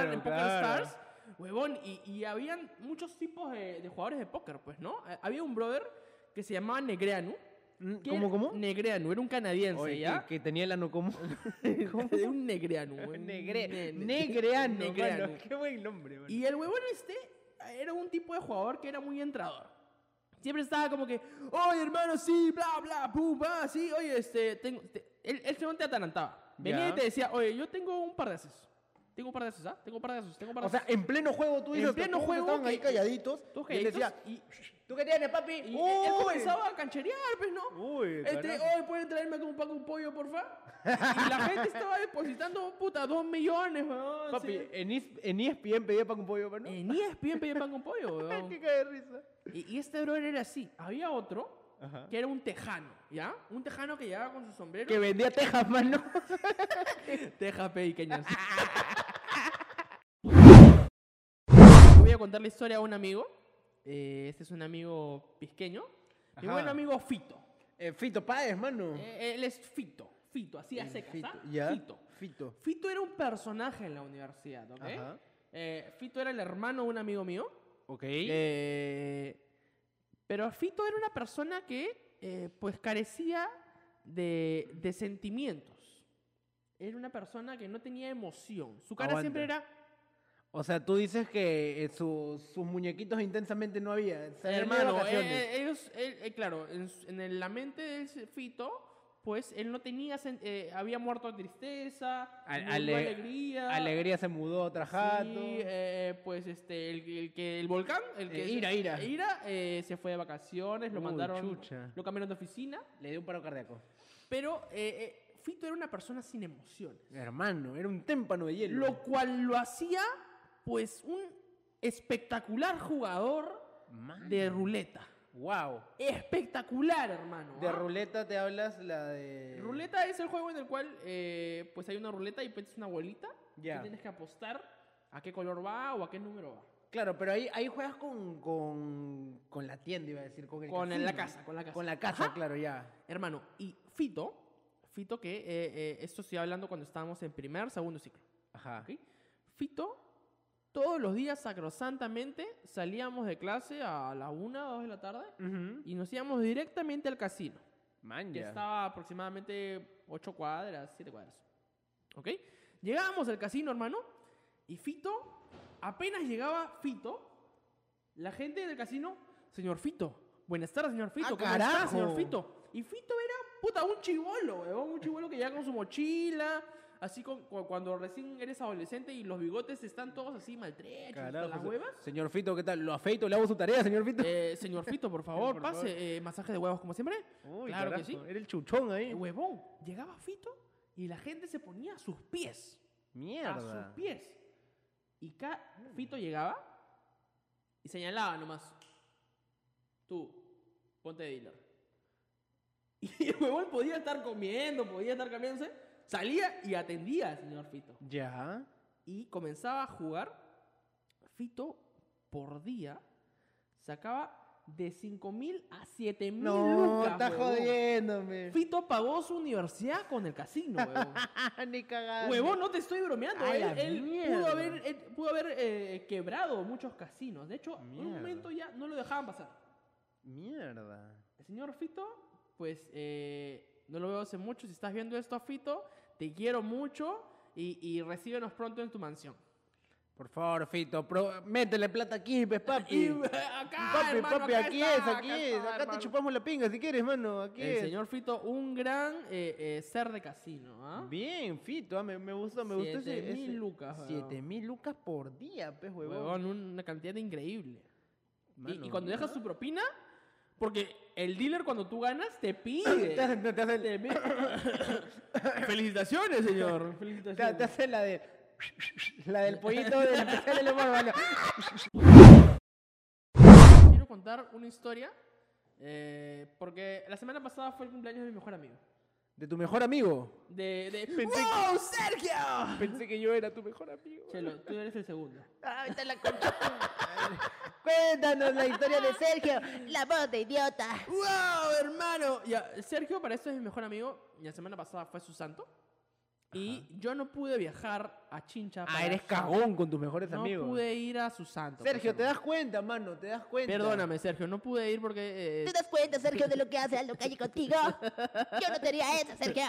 S2: claro,
S1: en Poker
S2: claro.
S1: Stars huevón, y, y habían muchos tipos de, de jugadores de póker, pues, ¿no? Ha- Había un brother que se llamaba Negreanu.
S2: Mm,
S1: que
S2: ¿cómo,
S1: era-
S2: cómo?
S1: Negreanu, era un canadiense,
S2: Oye,
S1: ¿ya?
S2: que, que tenía el ano como.
S1: Era un Negreanu. un
S2: Negre,
S1: ne- ne-
S2: negreano,
S1: Negreanu.
S2: mano, Qué buen nombre, mano.
S1: Y el huevón este era un tipo de jugador que era muy entrador. Siempre estaba como que, oye hermano, sí, bla, bla, pum, va, sí, oye, este, tengo, te- él, él se te atarantaba. Venía
S2: Ya.
S1: y te decía, oye, yo tengo un par de ases. Tengo un par de ases, ¿ah? Tengo un par de ases, tengo un par de
S2: O sea,
S1: ases".
S2: en pleno juego tú
S1: En
S2: dices,
S1: pleno
S2: todos
S1: juego
S2: estaban ahí
S1: que-
S2: calladitos.
S1: Todos
S2: Y él decía,
S1: calladitos, y-
S2: ¿tú qué tienes, papi?
S1: Y él- él
S2: Uy.
S1: comenzaba a cancherear, pues, ¿no?
S2: Uy,
S1: Este,
S2: carajo.
S1: hoy pueden traerme acá un paco un pollo, porfa. Y la gente estaba depositando, puta, dos millones, weón.
S2: Papi,
S1: oh, sí. Eh,
S2: en, is- en E ESPN pedía pan con pollo, mano.
S1: En E ESPN pedía pan con pollo, weón.
S2: Qué cae de risa.
S1: Y, y este brother era así. Había otro
S2: Ajá.
S1: que era un tejano, ¿ya? Un tejano que llegaba con su sombrero.
S2: Que vendía tejas, mano.
S1: Teja pequeñas. Voy a contar la historia a un amigo. Eh, este es un amigo pisqueño. Mi
S2: Ajá.
S1: buen amigo Fito.
S2: Eh, Fito Páez, mano.
S1: Eh, él es Fito. Fito, así a secas,
S2: Fito,
S1: ¿ah?
S2: ¿ya?
S1: Fito.
S2: Fito.
S1: Fito era un personaje en la universidad, ¿ok?
S2: Ajá.
S1: Eh, Fito era el hermano de un amigo mío.
S4: Ok.
S1: Eh, pero Fito era una persona que eh, pues carecía de, de sentimientos. Era una persona que no tenía emoción. Su cara
S2: Aguanta.
S1: siempre era...
S2: O sea, tú dices que eh, su- sus muñequitos intensamente no había. Salían de
S1: Hermano,
S2: vacaciones.
S1: eh, eh, ellos, él- eh, claro, en, s- en el- la mente del s- Fito, pues él no tenía... sen- eh, había muerto de tristeza,
S2: Al-
S1: no- no
S2: ale-
S1: alegría.
S2: Alegría se mudó a otra
S1: Sí,
S2: jato.
S1: eh, pues este, el, el que el volcán, el que
S2: Eh, Ira, Ira.
S1: eh, se fue de vacaciones, lo
S2: Uy,
S1: mandaron,
S2: chucha.
S1: lo cambiaron de oficina,
S2: Le dio un paro cardíaco.
S1: pero eh, eh, Fito era una persona sin emociones,
S2: Hermano, era un témpano de hielo.
S1: lo cual lo hacía, pues, un espectacular jugador
S2: Man.
S1: de ruleta,
S2: Wow.
S1: espectacular, hermano.
S2: De
S1: ¿ah?
S2: ruleta te hablas la de.
S1: Ruleta es el juego en el cual, eh, pues, hay una ruleta y pones una bolita,
S2: Ya.
S1: y tienes que apostar a qué color va o a qué número va.
S2: Claro, pero ahí, ahí juegas con, con, con la tienda, iba a decir. Con, el
S1: Con el-
S2: casino.
S1: la casa, con la casa.
S2: Con la casa, claro, ya.
S1: Hermano, y Fito, Fito que, eh, eh, esto estoy hablando cuando estábamos en primer, segundo ciclo,
S2: Ajá.
S1: ¿ok? Fito, todos los días sacrosantamente salíamos de clase a las 1 o 2 de la tarde
S2: Ujú.
S1: y nos íbamos directamente al casino,
S2: Man,
S1: que
S2: ya.
S1: estaba aproximadamente 8 cuadras, 7 cuadras, ¿ok? Llegábamos al casino, hermano, y Fito, apenas llegaba Fito, la gente del casino, señor Fito, buenas tardes, señor Fito,
S2: ¡Ah,
S1: ¿cómo está,
S2: carajo!
S1: señor Fito? Y Fito era, puta, un chivolo, weón, un chivolo que llega con su mochila, así con, cu- cuando recién eres adolescente y los bigotes están todos así maltrechos, con
S2: Carajo,
S1: las
S2: se-
S1: huevas.
S2: Señor Fito, ¿qué tal? Lo afeito, le hago su tarea, señor Fito.
S1: Eh, señor Fito, por favor,
S2: Por favor.
S1: pase, eh, masaje de huevos como siempre.
S2: Uy,
S1: claro que
S2: carajo,
S1: sí.
S2: Era el chuchón ahí.
S1: Eh, huevón, llegaba Fito y la gente se ponía a sus pies. a sus
S2: Mierda.
S1: pies. Y ca Fito llegaba y señalaba nomás. Tú, ponte de dealer. Y el huevón podía estar comiendo, podía estar cambiándose. Salía y atendía al señor Fito.
S2: Ya.
S1: Y comenzaba a jugar. Fito, por día, sacaba de 5 mil a 7 mil
S2: No,
S1: lucas.
S2: está
S1: huevón.
S2: jodiéndome.
S1: Fito pagó su universidad con el casino, huevón.
S2: Ah, Ni cagada.
S1: Huevón, no te estoy bromeando.
S2: A
S1: Él,
S2: la
S1: él pudo
S2: mierda.
S1: haber, él pudo haber eh, quebrado muchos casinos. De hecho, en un
S2: Mierda.
S1: momento ya no lo dejaban pasar.
S2: Mierda.
S1: El señor Fito, pues eh, no lo veo hace mucho. Si estás viendo esto, Fito, te quiero mucho y, y recíbenos pronto en tu mansión.
S2: Por favor, Fito, pro- métele plata aquí, pues, papi.
S1: Y acá,
S2: papi,
S1: hermano,
S2: papi,
S1: acá
S2: aquí
S1: está,
S2: es, aquí
S1: acá
S2: es.
S1: está,
S2: Acá
S1: hermano.
S2: te chupamos la pinga si quieres, mano. Aquí
S1: El
S2: es.
S1: señor Fito, un gran eh, eh, ser de casino. ¿ah?
S2: Bien, Fito, ah, me, me gustó, me gustó ese.
S1: 7.000
S2: ese-
S1: lucas, huevón.
S2: 7000 lucas por día, pues, huevón.
S1: Huevón, una cantidad increíble. Y-
S2: Mano,
S1: y, cuando
S2: ¿no?
S1: dejas tu propina, porque el dealer cuando tú ganas te pide.
S2: Te hace- te hace-
S1: Te pide- Felicitaciones, señor.
S2: Te, te
S1: Felicitaciones.
S2: hace la de. La del pollito del especial del humor, mano.
S1: Quiero contar una historia. eh, porque la semana pasada fue el cumpleaños de mi mejor amigo.
S2: De tu mejor amigo.
S1: De. de-
S2: Pensé
S1: ¡Wow, Sergio!
S2: Pensé que yo era tu mejor amigo.
S1: Chelo, tú eres el segundo.
S5: Ah, ahorita la concha.
S2: Cuéntanos la historia de Sergio.
S5: La voz de idiota.
S1: ¡Wow, hermano! Ya, Sergio, para esto es mi mejor amigo. y La semana pasada fue su santo. Y yo no pude viajar a Chincha.
S2: Ah,
S1: para
S2: eres
S1: su-
S2: cagón con tus mejores
S1: No
S2: amigos.
S1: pude ir a su santo.
S2: Sergio,
S1: pues,
S2: te das cuenta, mano, te das cuenta.
S1: Perdóname, Sergio, no pude ir porque, eh,
S5: ¿Te das cuenta, Sergio, de lo que hace Aldo Calle contigo? Yo no te haría eso, Sergio.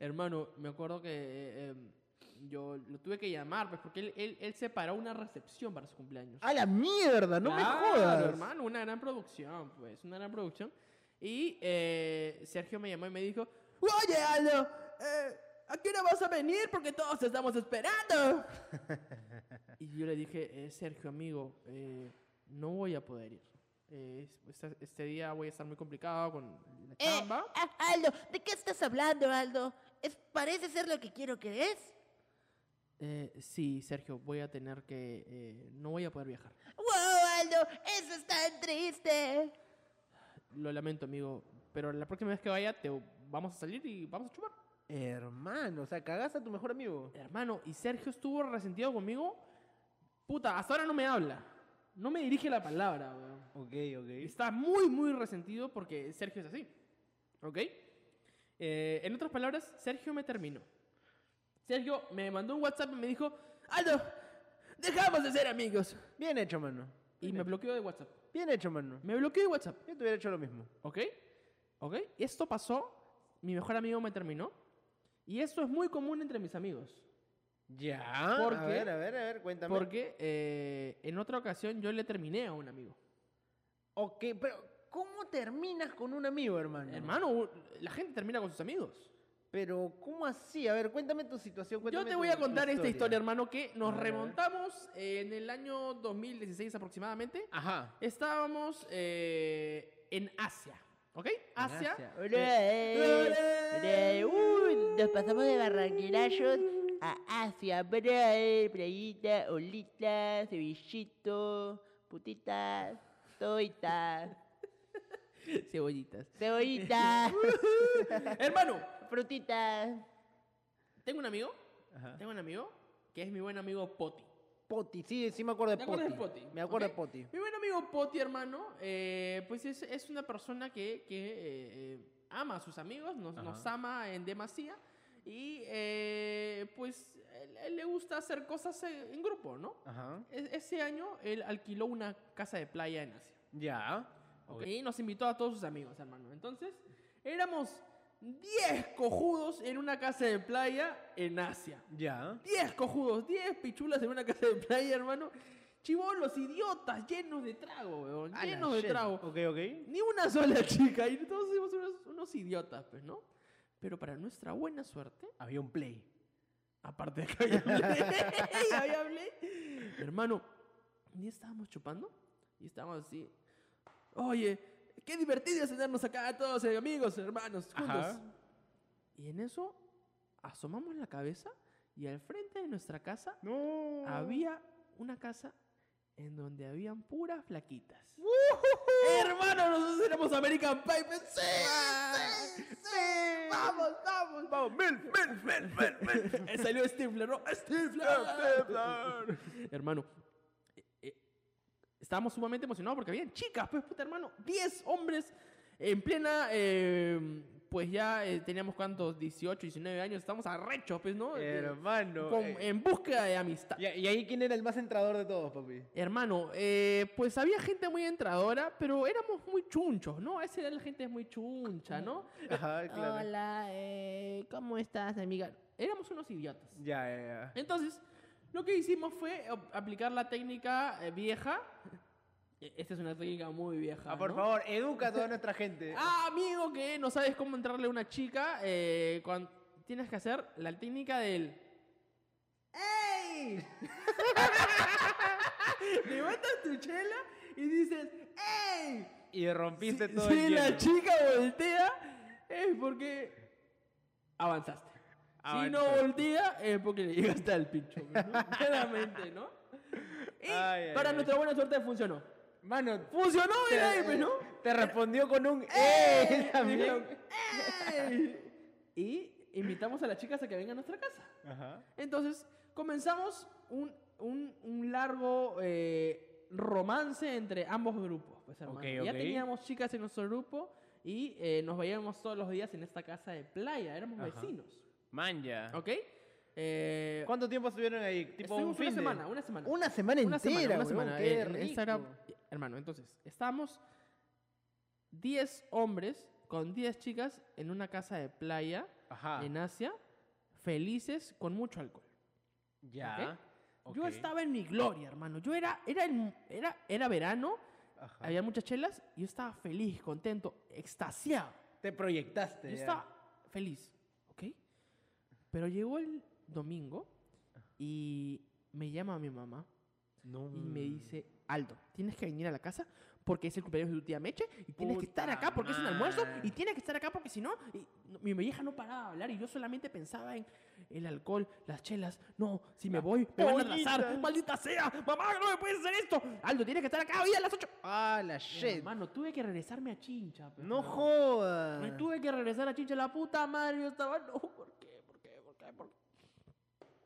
S1: hermano, me acuerdo que eh, eh, yo lo tuve que llamar, pues porque él, él, él separó una recepción para su cumpleaños.
S2: A la mierda, no
S1: Claro,
S2: me jodas.
S1: hermano, una gran producción, pues, una gran producción. Y eh, Sergio me llamó y me dijo, oye, Aldo, eh, ¿a qué hora vas a venir? Porque todos te estamos esperando. y yo le dije, "Eh, Sergio, amigo, eh, no voy a poder ir. Eh, es- esta- este día voy a estar muy complicado con la
S5: Eh,
S1: chamba.
S5: ah, Aldo, ¿de qué estás hablando, Aldo? Es- parece ser lo que quiero que es.
S1: Eh, sí, Sergio, voy a tener que... eh, no voy a poder viajar.
S5: ¡Wow, Aldo! ¡Eso es tan triste!
S1: Lo lamento, amigo, pero la próxima vez que vaya te vamos a salir y vamos a chupar.
S2: Hermano, o sea, cagaste a tu mejor amigo.
S1: Hermano, y Sergio estuvo resentido conmigo. Puta, hasta ahora no me habla. No me dirige la palabra, weón.
S2: Ok, ok.
S1: Está muy, muy resentido porque Sergio es así. ¿Ok? Eh, en otras palabras, Sergio me terminó. Sergio me mandó un WhatsApp y me dijo, Aldo, dejamos de ser amigos.
S2: Bien hecho, mano.
S1: Y me bloqueó de WhatsApp.
S2: Bien hecho, mano.
S1: Me bloqueó de WhatsApp.
S2: Yo te hubiera hecho lo mismo.
S1: ¿Ok? ¿Ok? Esto pasó. Mi mejor amigo me terminó. Y eso es muy común entre mis amigos.
S2: Ya.
S1: ¿Por
S2: a
S1: qué?
S2: ver, a ver, a ver, cuéntame.
S1: Porque eh, en otra ocasión yo le terminé a un amigo.
S2: Ok, pero ¿cómo terminas con un amigo, hermano?
S1: Hermano, u- la gente termina con sus amigos.
S2: Pero, ¿cómo así? A ver, cuéntame tu situación.
S1: Yo
S2: cuéntame
S1: te
S2: tu-
S1: voy a
S2: tu
S1: contar esta historia, hermano, que
S2: A
S1: nos
S2: ver, a ver.
S1: remontamos eh, en el año 2016 aproximadamente.
S2: Ajá.
S1: Estábamos eh, en Asia, ¿ok? Asia.
S2: Asia.
S5: Bre, uy, nos pasamos de Barranquillazos a Asia, bre, playita, olita, cebillito, putita, toita,
S1: Cebollitas.
S5: cebollita,
S1: hermano,
S5: frutita.
S1: tengo un amigo,
S2: Ajá.
S1: tengo un amigo que es mi buen amigo Poti.
S2: Poti, sí, sí me acuerdo
S1: ¿Te
S2: de
S1: acuerdas
S2: Poti.
S1: de Poti?
S2: Me acuerdo
S1: Ok.
S2: de Poti.
S1: Mi buen amigo Poti, hermano, eh, pues es, es una persona que, que, eh, eh, ama a sus amigos, nos,
S2: Ajá.
S1: nos ama en demasía y eh, pues él, él le gusta hacer cosas en, en grupo, ¿no?
S2: Ajá.
S1: E- ese año él alquiló una casa de playa en Asia
S2: Ya.
S1: ¿ok? y nos invitó a todos sus amigos, hermano. Entonces, éramos 10 cojudos en una casa de playa en Asia.
S2: Ya.
S1: 10 cojudos, 10 pichulas en una casa de playa, hermano. Chivolos, idiotas, llenos de trago, weón.
S2: A la
S1: Llenos de
S2: shit.
S1: trago.
S2: Ok, ok.
S1: Ni una sola chica. Y todos fuimos unos, unos idiotas, pues, ¿no? Pero para nuestra buena suerte,
S2: Había un play.
S1: aparte de que había Blay, había Blay, hermano, ni estábamos chupando y estábamos así. Oye, qué divertido es tenernos acá todos, eh, amigos, hermanos, juntos.
S2: Ajá.
S1: Y en eso asomamos la cabeza y al frente de nuestra casa
S2: No.
S1: había una casa en donde habían puras flaquitas. Hermano, nosotros éramos American Pie. pues, ¡Sí!
S2: Ah.
S1: sí, sí, ¡Vamos, vamos!
S2: Vamos, Oh, mil, mil, mil, mil, mil.
S1: Eh, Salió Stifler, ¿no? ¡Stifler! hermano, eh, eh, estábamos sumamente emocionados porque habían chicas, pues, puta, hermano. 10 hombres en plena... eh, pues ya eh, teníamos, ¿cuántos? 18, 19 años. Estábamos arrechos, pues, ¿no? Eh,
S2: Hermano.
S1: con-
S2: eh.
S1: en búsqueda de amistad.
S2: ¿Y, y ahí quién era el más entrador de todos, papi?
S1: Hermano, eh, pues había gente muy entradora, pero éramos muy chunchos, ¿no? A esa edad la gente es muy chuncha, ¿no?
S2: Ajá,
S1: Hola, eh, ¿cómo estás, amiga? Éramos unos idiotas.
S2: Ya, ya, ya.
S1: Entonces, lo que hicimos fue ap- aplicar la técnica eh, vieja. Eh, Esta es una técnica muy vieja.
S2: Ah, por
S1: ¿no?
S2: favor, educa a toda nuestra gente.
S1: Ah, amigo, que no sabes cómo entrarle a una chica, eh, cuan- tienes que hacer la técnica del. ¡Ey! Levantas tu chela y dices, ¡Ey!
S2: y rompiste
S1: Si-
S2: todo
S1: si
S2: el
S1: la
S2: hielo.
S1: chica voltea, es porque avanzaste. Si no
S2: Avanzaste.
S1: voltea, es porque le llegaste al pincho. ¿no? Claramente, ¿no? Y
S2: Ay, ay,
S1: para
S2: ay.
S1: nuestra buena suerte funcionó.
S2: Mano,
S1: Funcionó el
S2: te,
S1: aire, ¿no?
S2: te respondió con un ¡Eh!
S1: Dijeron,
S2: también.
S1: "Ey". Y invitamos a las chicas a que vengan a nuestra casa.
S2: Ajá.
S1: Entonces, comenzamos un, un- un largo eh, romance entre ambos grupos. pues, hermano.
S2: Ok,
S1: Ya
S2: ok.
S1: teníamos chicas en nuestro grupo y eh, nos veíamos todos los días en esta casa de playa. Éramos
S2: Ajá.
S1: vecinos.
S4: Manja.
S1: ¿Ok? Eh,
S2: ¿Cuánto tiempo estuvieron ahí? Tipo
S1: estuvimos
S2: un fin
S1: una
S2: de-
S1: semana, una semana.
S2: Una semana
S1: Una semana,
S2: entera,
S1: una
S2: weón,
S1: semana.
S2: qué
S1: Eh, en esta era-
S2: rico.
S1: hermano, entonces, estábamos 10 hombres con 10 chicas en una casa de playa
S2: Ah.
S4: Ajá.
S1: en Asia, felices con mucho alcohol.
S4: Ya.
S1: Yo
S4: ok.
S1: estaba en mi gloria, hermano. Yo era, era, el- era, era verano,
S2: Ajá.
S1: había muchas chelas, y yo estaba feliz, contento, extasiado.
S2: Te proyectaste.
S1: Yo
S2: ya.
S1: estaba feliz, ¿ok? Pero llegó el domingo y me llama mi mamá
S4: No.
S1: y me dice, Aldo, tienes que venir a la casa porque es el cumpleaños de tu tía Meche y tienes que estar
S4: Puta
S1: acá porque es un almuerzo
S4: madre.
S1: y tienes que estar acá porque si no, y- no, mi vieja no paraba de hablar y yo solamente pensaba en el alcohol, las chelas, no, si me voy, me van a arrasar, maldita sea, mamá, no me puedes hacer esto, Aldo, tienes que estar acá hoy a las 8.
S2: Ah, la shit.
S1: Hermano, tuve que regresarme a Chincha. pe,
S2: No
S1: hermano. Me
S2: jodas.
S1: tuve que regresar a Chincha, la puta madre. Yo estaba, no, ¿por qué? ¿Por qué? ¿Por qué? ¿Por qué?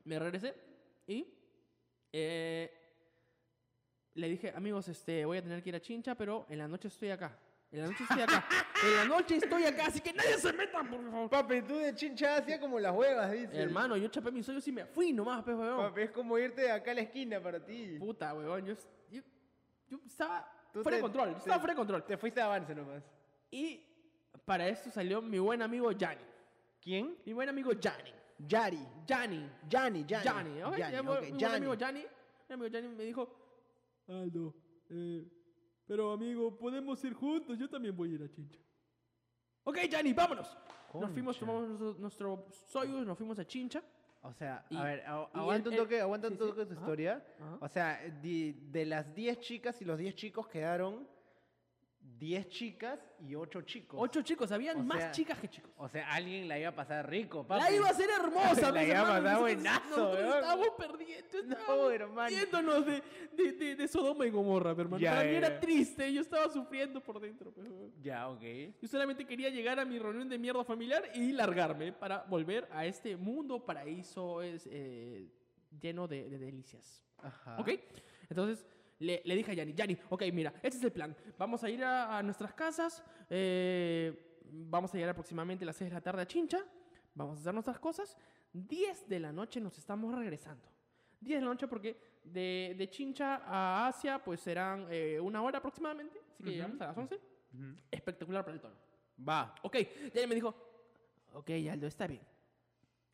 S1: Me regresé y eh, le dije, amigos, este, voy a tener que ir a Chincha, pero en la noche estoy acá. En la noche estoy acá. en la noche estoy acá, así que nadie se meta, por favor.
S2: Papi, tú de chincha hacía como las huevas, dice.
S1: Hermano, yo chapé mis sueños y me fui nomás, pues, weón.
S2: Papi, es como irte de acá a la esquina para ti.
S1: Puta, weón. Yo, yo, yo estaba
S2: Tú
S1: fuera de
S2: te-
S1: control. Yo
S2: te-
S1: estaba fuera de control.
S2: Te fuiste de avance nomás.
S1: Y para eso salió mi buen amigo Yanni.
S2: ¿Quién?
S1: Mi buen amigo Yanni.
S2: Yari.
S1: Yanni.
S2: Yanni, Yanni.
S1: Johnny, ok, ya,
S2: Yanni,
S1: bueno,
S2: ok,
S1: mi buen
S2: Yanni.
S1: amigo Johnny, mi amigo Johnny me dijo, Aldo, eh, pero amigo, podemos ir juntos, yo también voy a ir a Chincha. Ok, Johnny, vámonos. Nos fuimos, tomamos nuestro, nuestro soyuz, nos fuimos a Chincha.
S2: O sea,
S1: Y-
S2: a ver, a-
S1: y
S2: aguanta
S1: él-
S2: un
S1: él-
S2: toque, aguanta
S1: sí,
S2: un
S1: sí,
S2: toque tu
S1: ajá,
S2: historia.
S1: ajá.
S2: O sea, di- de las 10 chicas y los 10 chicos quedaron 10 chicas y 8 chicos.
S1: Ocho chicos, habían
S2: O
S1: más
S2: sea,
S1: chicas que chicos.
S2: O sea, alguien la iba a pasar rico, papi.
S1: La iba a ser hermosa,
S2: La
S1: mis
S2: iba a
S1: hermanos,
S2: pasar
S1: nosotros-
S2: buenazo,
S1: nosotros
S2: weón.
S1: estábamos perdiendo,
S2: No,
S1: estábamos
S2: hermano.
S1: perdiéndonos de, de, de, de Sodoma y Gomorra, mi hermano.
S2: Ya,
S1: Para mí
S2: ya,
S1: era
S2: ya.
S1: triste, yo estaba sufriendo por dentro. pues, weón.
S2: Ya, ok.
S1: Yo solamente quería llegar a mi reunión de mierda familiar y largarme para volver a este mundo paraíso es, eh, lleno de, de delicias.
S4: Ah.
S2: Ajá.
S1: ¿Ok? Entonces le, le dije a Yanni, Yanni, ok, mira, este es el plan. Vamos a ir a, a nuestras casas, eh, vamos a llegar aproximadamente a las 6 de la tarde a Chincha, vamos a hacer nuestras cosas. 10 de la noche nos estamos regresando. 10 de la noche porque de, de Chincha a Asia pues serán eh, una hora aproximadamente, así que llegamos a las 11. Espectacular para el tono.
S2: Va.
S1: Ok, Yanni me dijo, ok, Aldo, está bien.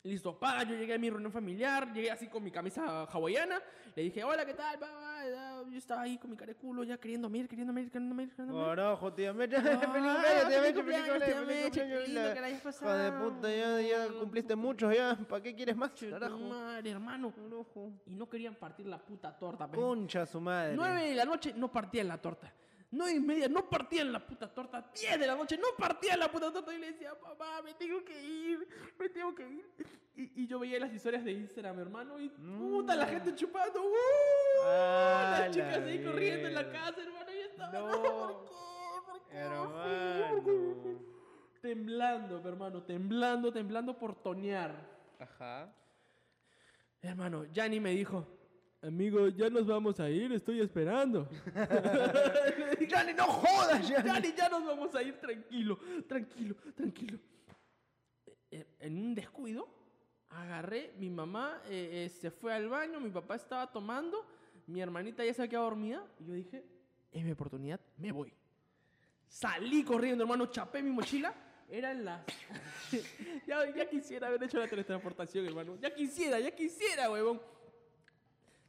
S1: Listo, pa, yo llegué a mi reunión familiar, llegué así con mi camisa hawaiana, le dije, hola, ¿qué tal? Pa, pa, ya, Yo estaba ahí con mi cara de culo, ya queriéndome ir, queriéndome ir, queriéndome ir, queriéndome ir.
S2: Orojo, tío Meche.
S1: Ah,
S2: Feliz cumpleaños,
S1: feliz
S2: tío Meche, feliz
S1: cumpleaños,
S2: cumpleaños,
S1: tío
S2: feliz
S1: Meche, qué
S2: cumpleaños,
S1: lindo
S2: la-
S1: que la hayas
S2: Hijo de
S1: pasado.
S2: puta, ya, ya cumpliste muchos ya. ¿Para qué quieres más,
S1: Chuta
S2: carajo?
S1: madre, hermano.
S2: Orojo.
S1: Y no querían partir la puta torta. pe.
S2: Concha su madre.
S1: Nueve de la noche no partían la torta. Nueve y media no partían la puta torta. Diez de la noche no partían la puta torta. Y le decía, papá, me tengo que ir, me tengo que ir. Y, y yo veía las historias de Instagram, hermano, y puta, la gente chupando. ¡uh!
S2: Mm. Ah,
S1: las chicas
S2: la
S1: ahí corriendo en la
S2: mierda.
S1: casa, hermano, y yo estaba,
S2: No.
S1: no, ¿por qué? ¿Por qué? ¿Por qué?
S2: Hermano.
S1: Temblando, hermano, temblando, temblando por tonear.
S2: Ajá.
S1: Hermano, Yanni me dijo, amigo, ya nos vamos a ir, estoy esperando.
S2: Yanni, no jodas, Yanni.
S1: Yanni, ya nos vamos a ir tranquilo, tranquilo, tranquilo. Eh, En un descuido, agarré, mi mamá eh, eh, se fue al baño, mi papá estaba tomando, mi hermanita ya se había quedado dormida, y yo dije, es mi oportunidad, me voy. Salí corriendo, hermano, chapé mi mochila. Eran las. ya, ya quisiera haber hecho la teletransportación, hermano. Ya quisiera, ya quisiera, huevón.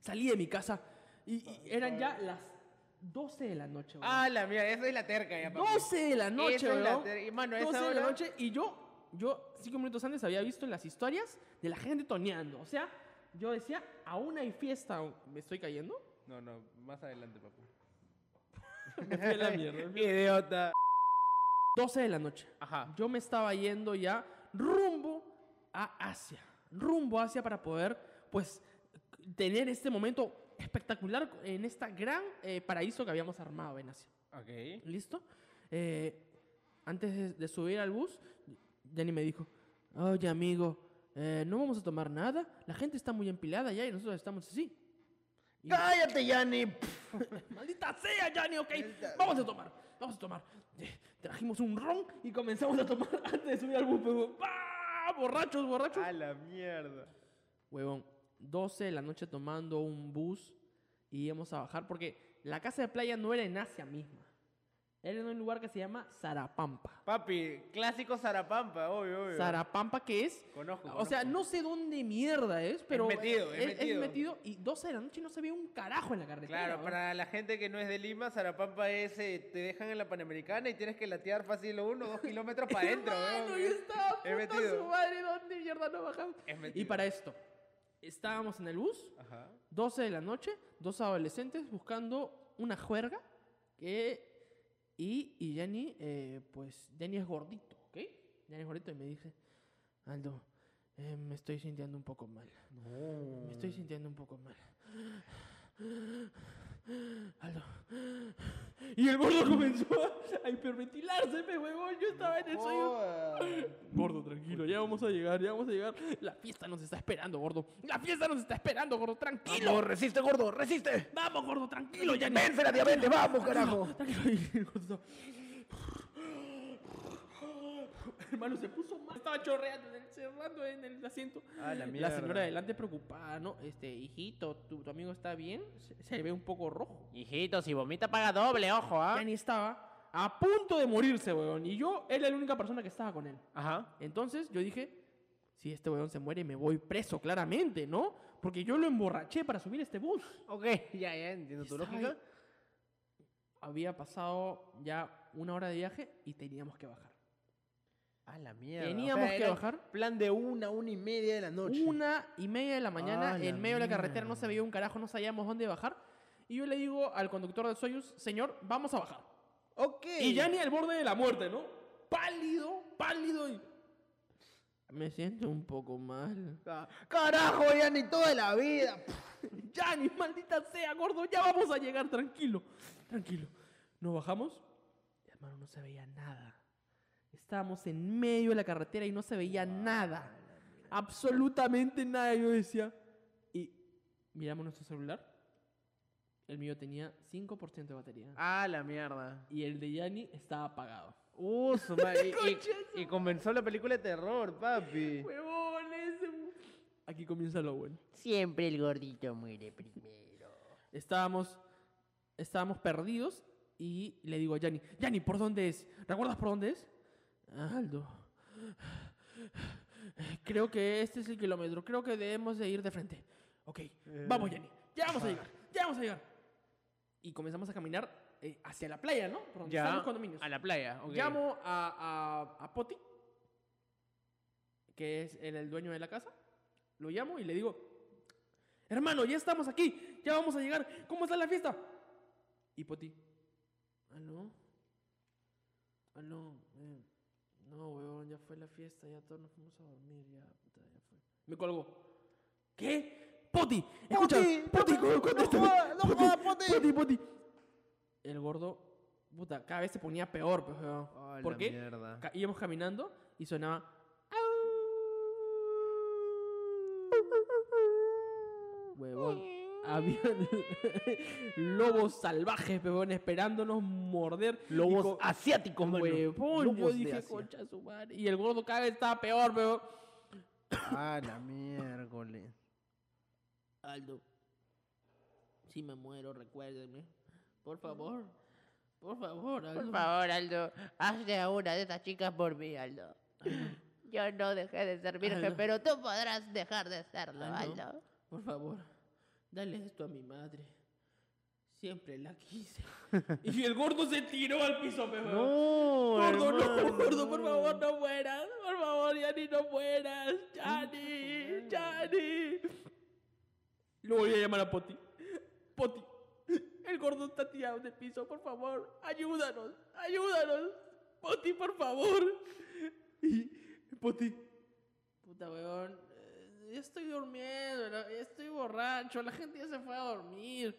S1: Salí de mi casa y, y eran ya las 12 de la noche, huevón.
S2: Ah, la mierda, eso es la terca ya, papi.
S1: 12 de la noche,
S2: Esa es la
S1: weón.
S2: ter- y, mano, a
S1: 12
S2: esa
S1: de la
S2: hora-
S1: noche y yo, yo cinco minutos antes había visto las historias de la gente toneando. O sea, yo decía, aún hay fiesta, ¿me estoy cayendo?
S2: No, no, más adelante, papi.
S1: Me fui a la mierda.
S2: Idiota.
S1: 12 de la noche.
S2: Ajá.
S1: Yo me estaba yendo ya rumbo a Asia. Rumbo a Asia para poder, pues, tener este momento espectacular en esta gran eh, paraíso que habíamos armado en Asia.
S2: Ok.
S1: ¿Listo? Eh, antes de, de subir al bus, Jenny me dijo, oye amigo, eh, no vamos a tomar nada, la gente está muy empilada ya y nosotros estamos así. Y-
S2: Cállate, Yanni. Pff,
S1: Maldita sea, Johnny, ok. Vamos a tomar, vamos a tomar. Eh, Trajimos un ron y comenzamos a tomar antes de subir al bus. pues, ¡pa! ¡Ah, borrachos, borrachos!
S2: A la mierda.
S1: Huevón, 12 de la noche tomando un bus y íbamos a bajar porque la casa de playa no era en Asia misma. Era en un lugar que se llama Zarapampa.
S2: Papi, clásico Zarapampa, obvio, obvio.
S1: Zarapampa que es...
S2: Conozco,
S1: O sea,
S2: conozco.
S1: no sé dónde mierda es, pero...
S2: metido, es metido.
S1: metido y 12 de la noche no se ve un carajo en la carretera.
S2: Claro,
S1: huevón.
S2: para la gente que no es de Lima, Zarapampa es, eh, te dejan en la Panamericana y tienes que latear fácil uno o dos kilómetros para adentro.
S1: Hermano,
S2: weón.
S1: yo estaba,
S2: Es
S1: puta su madre, ¿dónde mierda no bajamos?
S2: Es
S1: Y
S2: metido.
S1: para esto, estábamos en el bus,
S2: Ajá.
S1: 12 de la noche, dos adolescentes buscando una juerga que... Y, y Jenny, eh, pues Jenny es gordito, ¿ok? Jenny es gordito y me dice, Aldo, eh, me estoy sintiendo un poco mal. Me estoy sintiendo un poco mal. Aldo. Y el gordo comenzó a hiperventilarse, me huevón. Yo estaba en el sueño.
S2: Oh.
S1: Gordo, tranquilo, ya vamos a llegar, ya vamos a llegar. La fiesta nos está esperando, gordo. La fiesta nos está esperando, gordo, tranquilo.
S4: Vamos, resiste, gordo, resiste.
S1: Vamos, gordo, tranquilo, ya
S4: Vence la diabetes, vamos, carajo.
S1: Tranquilo, y el gordo estaba- Hermano, se puso mal. Estaba chorreando, en el- cerrando en el asiento.
S2: Ah,
S1: La
S2: la mierda.
S1: señora de adelante preocupada, ¿no? Este, hijito, ¿tu, tu amigo está bien? Se, se ve un poco rojo.
S4: Hijito, si vomita paga doble, ojo, ¿ah?
S1: Ya ni estaba a punto de morirse, weón. Y yo era la única persona que estaba con él.
S4: Ajá.
S1: Entonces yo dije, si este weón se muere, me voy preso, claramente, ¿no? Porque yo lo emborraché para subir este bus.
S2: Ok, ya, ya, entiendo tu
S1: Estaba
S2: lógica.
S1: ahí. Había pasado ya una hora de viaje y teníamos que bajar.
S2: A la mierda.
S1: Teníamos que
S2: era
S1: bajar.
S2: Plan de una, una y media de la noche.
S1: Una y media de la mañana,
S2: Ah, la
S1: en medio de la carretera,
S2: mierda.
S1: no se veía un carajo, no sabíamos dónde bajar. Y yo le digo al conductor del Soyuz, señor, vamos a bajar.
S2: Ok.
S1: Y ya ni al borde de la muerte, ¿no? Pálido, pálido y... Me siento un poco mal.
S2: Ah, Carajo, ya ni toda la vida.
S1: Yanni, maldita sea, gordo, ya vamos a llegar, tranquilo, tranquilo. Nos bajamos, hermano, no se veía nada. Estábamos en medio de la carretera y no se veía nada. Absolutamente nada, yo decía. Y miramos nuestro celular. El mío tenía 5% de batería.
S2: A la mierda.
S1: Y el de Yanni estaba apagado.
S2: Uh, su madre. Y- y-
S1: Concha
S2: Y, comenzó la película de terror, papi.
S1: ¡Huevones! Aquí comienza lo bueno.
S5: Siempre el gordito muere primero.
S1: Estábamos, estábamos perdidos y le digo a Yanni, Yanni, ¿por dónde es? ¿Recuerdas por dónde es? Aldo. Creo que este es el kilómetro. Creo que debemos de ir de frente. Ok, vamos, Yanni. Ya vamos a llegar. Ya vamos a llegar. Y comenzamos a caminar eh, hacia la playa, ¿no? Por donde están los condominios.
S2: A la playa, ok.
S1: Llamo a, a, a Poti, que es el, el dueño de la casa. Lo llamo y le digo, hermano, ya estamos aquí, ya vamos a llegar, ¿cómo está la fiesta? Y Poti, aló, aló, eh, no, weón, ya fue la fiesta, ya todos nos fuimos a dormir, ya, puta, ya fue. Me colgó. ¿Qué? Poti, escucha, Poti,
S2: no, no
S1: contéstame.
S2: jodas, no jodas, Poti.
S1: Poti, Poti. El gordo, puta, cada vez se ponía peor, pues, weón.
S2: A la
S1: ¿Por qué?
S2: mierda.
S1: Ca- íbamos caminando y sonaba. Huevón. Habían lobos salvajes, huevón, esperándonos morder. y
S4: Lobos
S1: co-
S4: asiáticos, mano.
S1: Huevón, yo
S4: Lobos de
S1: dije,
S4: Asia.
S1: concha su madre. Y el gordo cada vez estaba peor, huevón.
S2: A la miércoles.
S5: Aldo, si me muero, recuérdenme. Por favor. Por favor, Aldo. Por favor, Aldo. Hazte a una de esas chicas por mí, Aldo. Yo no dejé de ser virgen,
S1: Aldo.
S5: pero tú podrás dejar de serlo,
S1: Aldo.
S5: Aldo.
S1: Por favor, dale esto a mi madre. Siempre la quise. y el gordo se tiró al piso, huevón.
S2: No,
S1: Gordo, no,
S2: hermano,
S1: gordo, por
S2: no.
S1: favor, no mueras. Por favor, Yanni, no mueras. Yanni, Yanni. Lo voy a llamar a Poti. Poti, el gordo está tirado del piso, por favor. Ayúdanos, ayúdanos. Poti, por favor. Y Poti. Puta weón, eh, ya estoy durmiendo, la- ya estoy borracho, la gente ya se fue a dormir.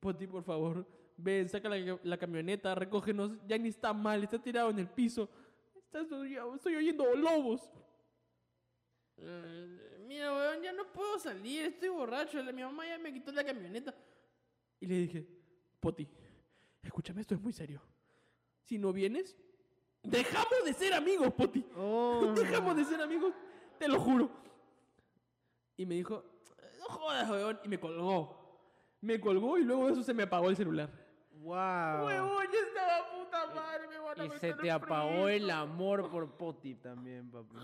S1: Poti, por favor, ven, saca la, la camioneta, recógenos, ya ni está mal, está tirado en el piso. Estás- estoy oyendo lobos. Eh, Mira, weón, ya no puedo salir, estoy borracho, la- mi mamá ya me quitó la camioneta. Y le dije, Poti, escúchame, esto es muy serio. Si no vienes, dejamos de ser amigos, Poti.
S2: Oh,
S1: Dejamos de ser amigos. te lo juro. Y me dijo, no jodas, huevón. Y me colgó. Me colgó y luego de eso se me apagó el celular.
S2: Wow.
S1: Huevón, yo estaba puta madre, me van a
S2: Ah. Y se
S1: meter
S2: te apagó el
S1: preso.
S2: amor por Poti también, papi.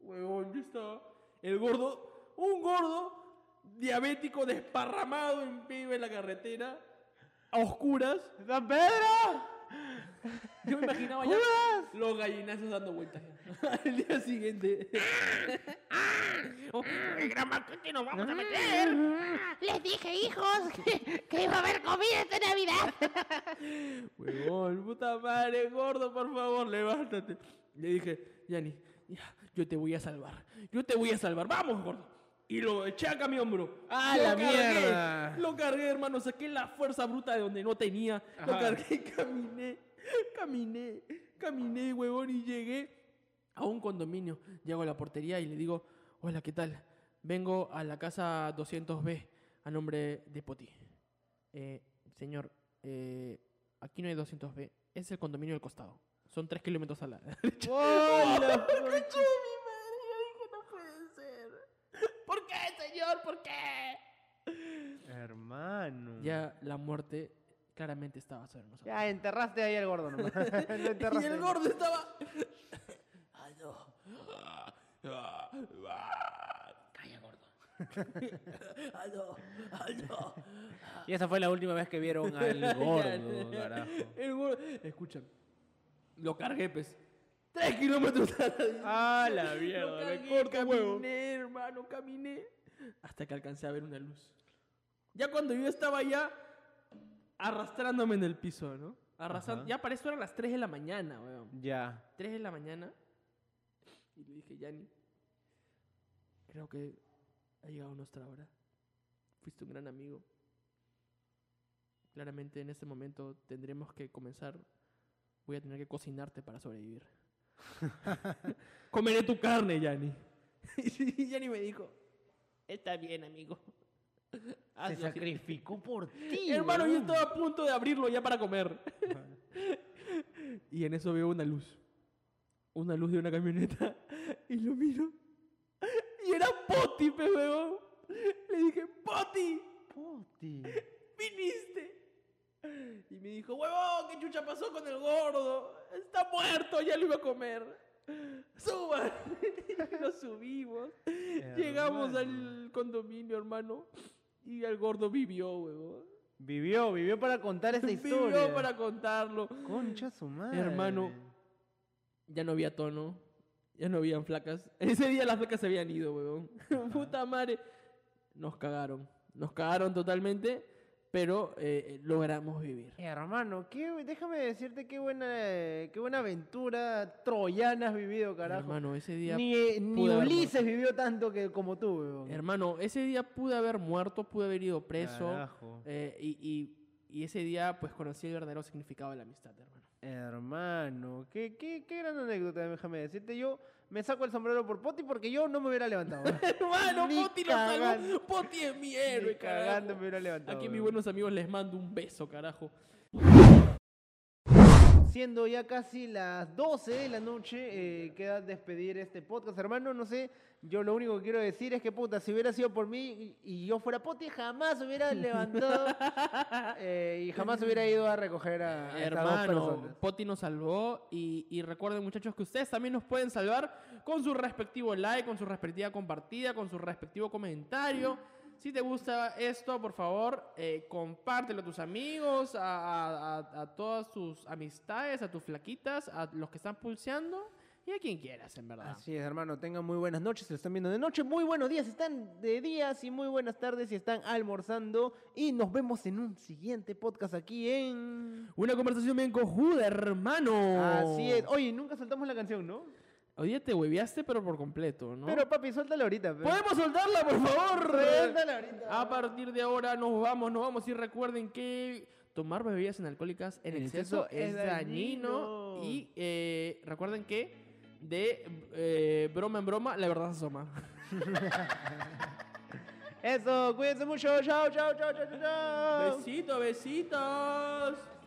S1: Huevón, yo estaba. El gordo, un gordo diabético desparramado en vivo en la carretera, a oscuras.
S2: ¡San Pedro!
S1: Yo me imaginaba ya los gallinazos dando vueltas. Al día siguiente.
S6: Les dije, hijos, que, que iba a haber comida esta Navidad.
S1: Huevón, puta madre, gordo, por favor, levántate. Le dije, Yanni, ya, yo te voy a salvar. Yo te voy a salvar. Vamos, gordo. Y lo eché acá a mi hombro.
S2: ¡Ah,
S1: Lo
S2: la
S1: cargué,
S2: mierda!
S1: Lo cargué, hermano. Saqué la fuerza bruta de donde no tenía. Lo
S2: Ajá.
S1: cargué y caminé. Caminé. Caminé, huevón, y llegué a un condominio. Llego a la portería y le digo, hola, ¿qué tal? Vengo a la casa 200B a nombre de Poti. Eh, señor, eh, aquí no hay 200B. Es el condominio del costado. Son tres kilómetros a la derecha.
S2: ¡Hola!
S1: ¿Por qué, señor? ¿Por qué?
S2: Hermano.
S1: Ya la muerte claramente estaba sobre nosotros.
S2: Ya, enterraste ahí al gordo nomás. Lo
S1: Y
S2: enterraste.
S1: el gordo estaba.
S4: Y esa fue la última vez que vieron al gordo, carajo.
S1: El gordo. Escucha. Lo cargué, pues. Tres kilómetros a la
S2: ¡Ah, la
S1: Lo
S2: mierda! Me
S1: cargué,
S2: corto
S1: caminé,
S2: huevo.
S1: hermano, caminé. Hasta que alcancé a ver una luz. Ya cuando yo estaba ya arrastrándome en el piso, ¿no? Arrastrando.
S2: Ajá.
S1: Ya para eso eran las 3 de la mañana, weón.
S2: Ya.
S1: 3 de la mañana. Y le dije, Yanni, creo que ha llegado nuestra hora. Fuiste un gran amigo. Claramente en este momento tendremos que comenzar. Voy a tener que cocinarte para sobrevivir. Comeré tu carne, Yanni. y Yanni me dijo, está bien, amigo.
S2: Se
S1: Hazlo así".
S2: sacrificó por ti.
S1: Hermano, yo
S2: huevón.
S1: estaba a punto de abrirlo ya para comer. y en eso veo una luz. Una luz de una camioneta. Y lo miro. Y era Poti, pe huevón. Le dije, Poti,
S2: Poti.
S1: viniste. Y me dijo, huevón, ¿qué chucha pasó con el gordo? Está muerto, ya lo iba a comer. Suban. Y Nos subimos. Llegamos
S2: Hermano.
S1: al condominio, hermano. Y el gordo vivió, huevón.
S2: Vivió, vivió para contar esa
S1: Vivió
S2: historia.
S1: para contarlo.
S2: Concha su madre.
S1: Hermano. Ya no había tono. Ya no habían flacas. Ese día las flacas se habían ido, weón. Puta madre. Nos cagaron. Nos cagaron totalmente, pero eh, eh, logramos vivir.
S2: Hermano, qué, bu- déjame decirte qué buena, qué buena aventura troyana has vivido, carajo.
S1: Hermano, ese día.
S2: ni eh, ni
S1: pude haber
S2: Ulises vivió tanto que como tú, weón.
S1: Hermano, ese día pude haber muerto, pude haber ido preso.
S2: Carajo.
S1: eh, y, y- y ese día, pues conocí el verdadero significado de la amistad, hermano.
S2: Hermano, qué, qué, qué gran anécdota, déjame decirte. Yo me saco el sombrero por Poti porque yo no me hubiera levantado.
S1: Hermano,
S2: Ni
S1: Poti lo salvó.
S2: cagando.
S1: Poti es mi
S2: Ni
S1: héroe,
S2: cagando
S1: carajo.
S2: me hubiera levantado.
S1: Aquí, mis
S2: weón.
S1: buenos amigos, les mando un beso, carajo.
S2: Siendo ya casi las 12 de la noche, eh, queda despedir este podcast, hermano. No sé, yo lo único que quiero decir es que, puta, si hubiera sido por mí y y yo fuera poti, jamás hubiera levantado eh, y jamás hubiera ido a recoger a, a estas dos
S1: Hermano,
S2: personas.
S1: Poti nos salvó y, y recuerden muchachos que ustedes también nos pueden salvar con su respectivo like, con su respectiva compartida, con su respectivo comentario. Si te gusta esto, por favor, eh, compártelo a tus amigos, a, a- a- a todas tus amistades, a tus flaquitas, a los que están pulseando y a quien quieras, en verdad.
S2: Así es, hermano. Tengan muy buenas noches, se lo están viendo de noche. Muy buenos días, si están de días y muy buenas tardes si están almorzando. Y nos vemos en un siguiente podcast aquí en.
S1: Una conversación bien cojuda, hermano.
S2: Así es. Oye, nunca soltamos la canción, Oh. ¿no?
S1: Hoy día te hueveaste, pero por completo, ¿no?
S2: Pero papi, suéltala ahorita. pe.
S1: ¡Podemos soltarla, por favor!
S2: Suéltala ahorita.
S1: A partir de ahora nos vamos, nos vamos y recuerden que tomar bebidas alcohólicas en
S2: En
S1: exceso,
S2: exceso
S1: es
S2: es
S1: dañino.
S2: dañino.
S1: y eh, recuerden que de eh, broma en broma la verdad se asoma.
S2: 哎 Eso, cuídense mucho. Chao, chao, chao, chao, chao, chao.
S1: Besitos, besitos.
S3: oh, oh, oh,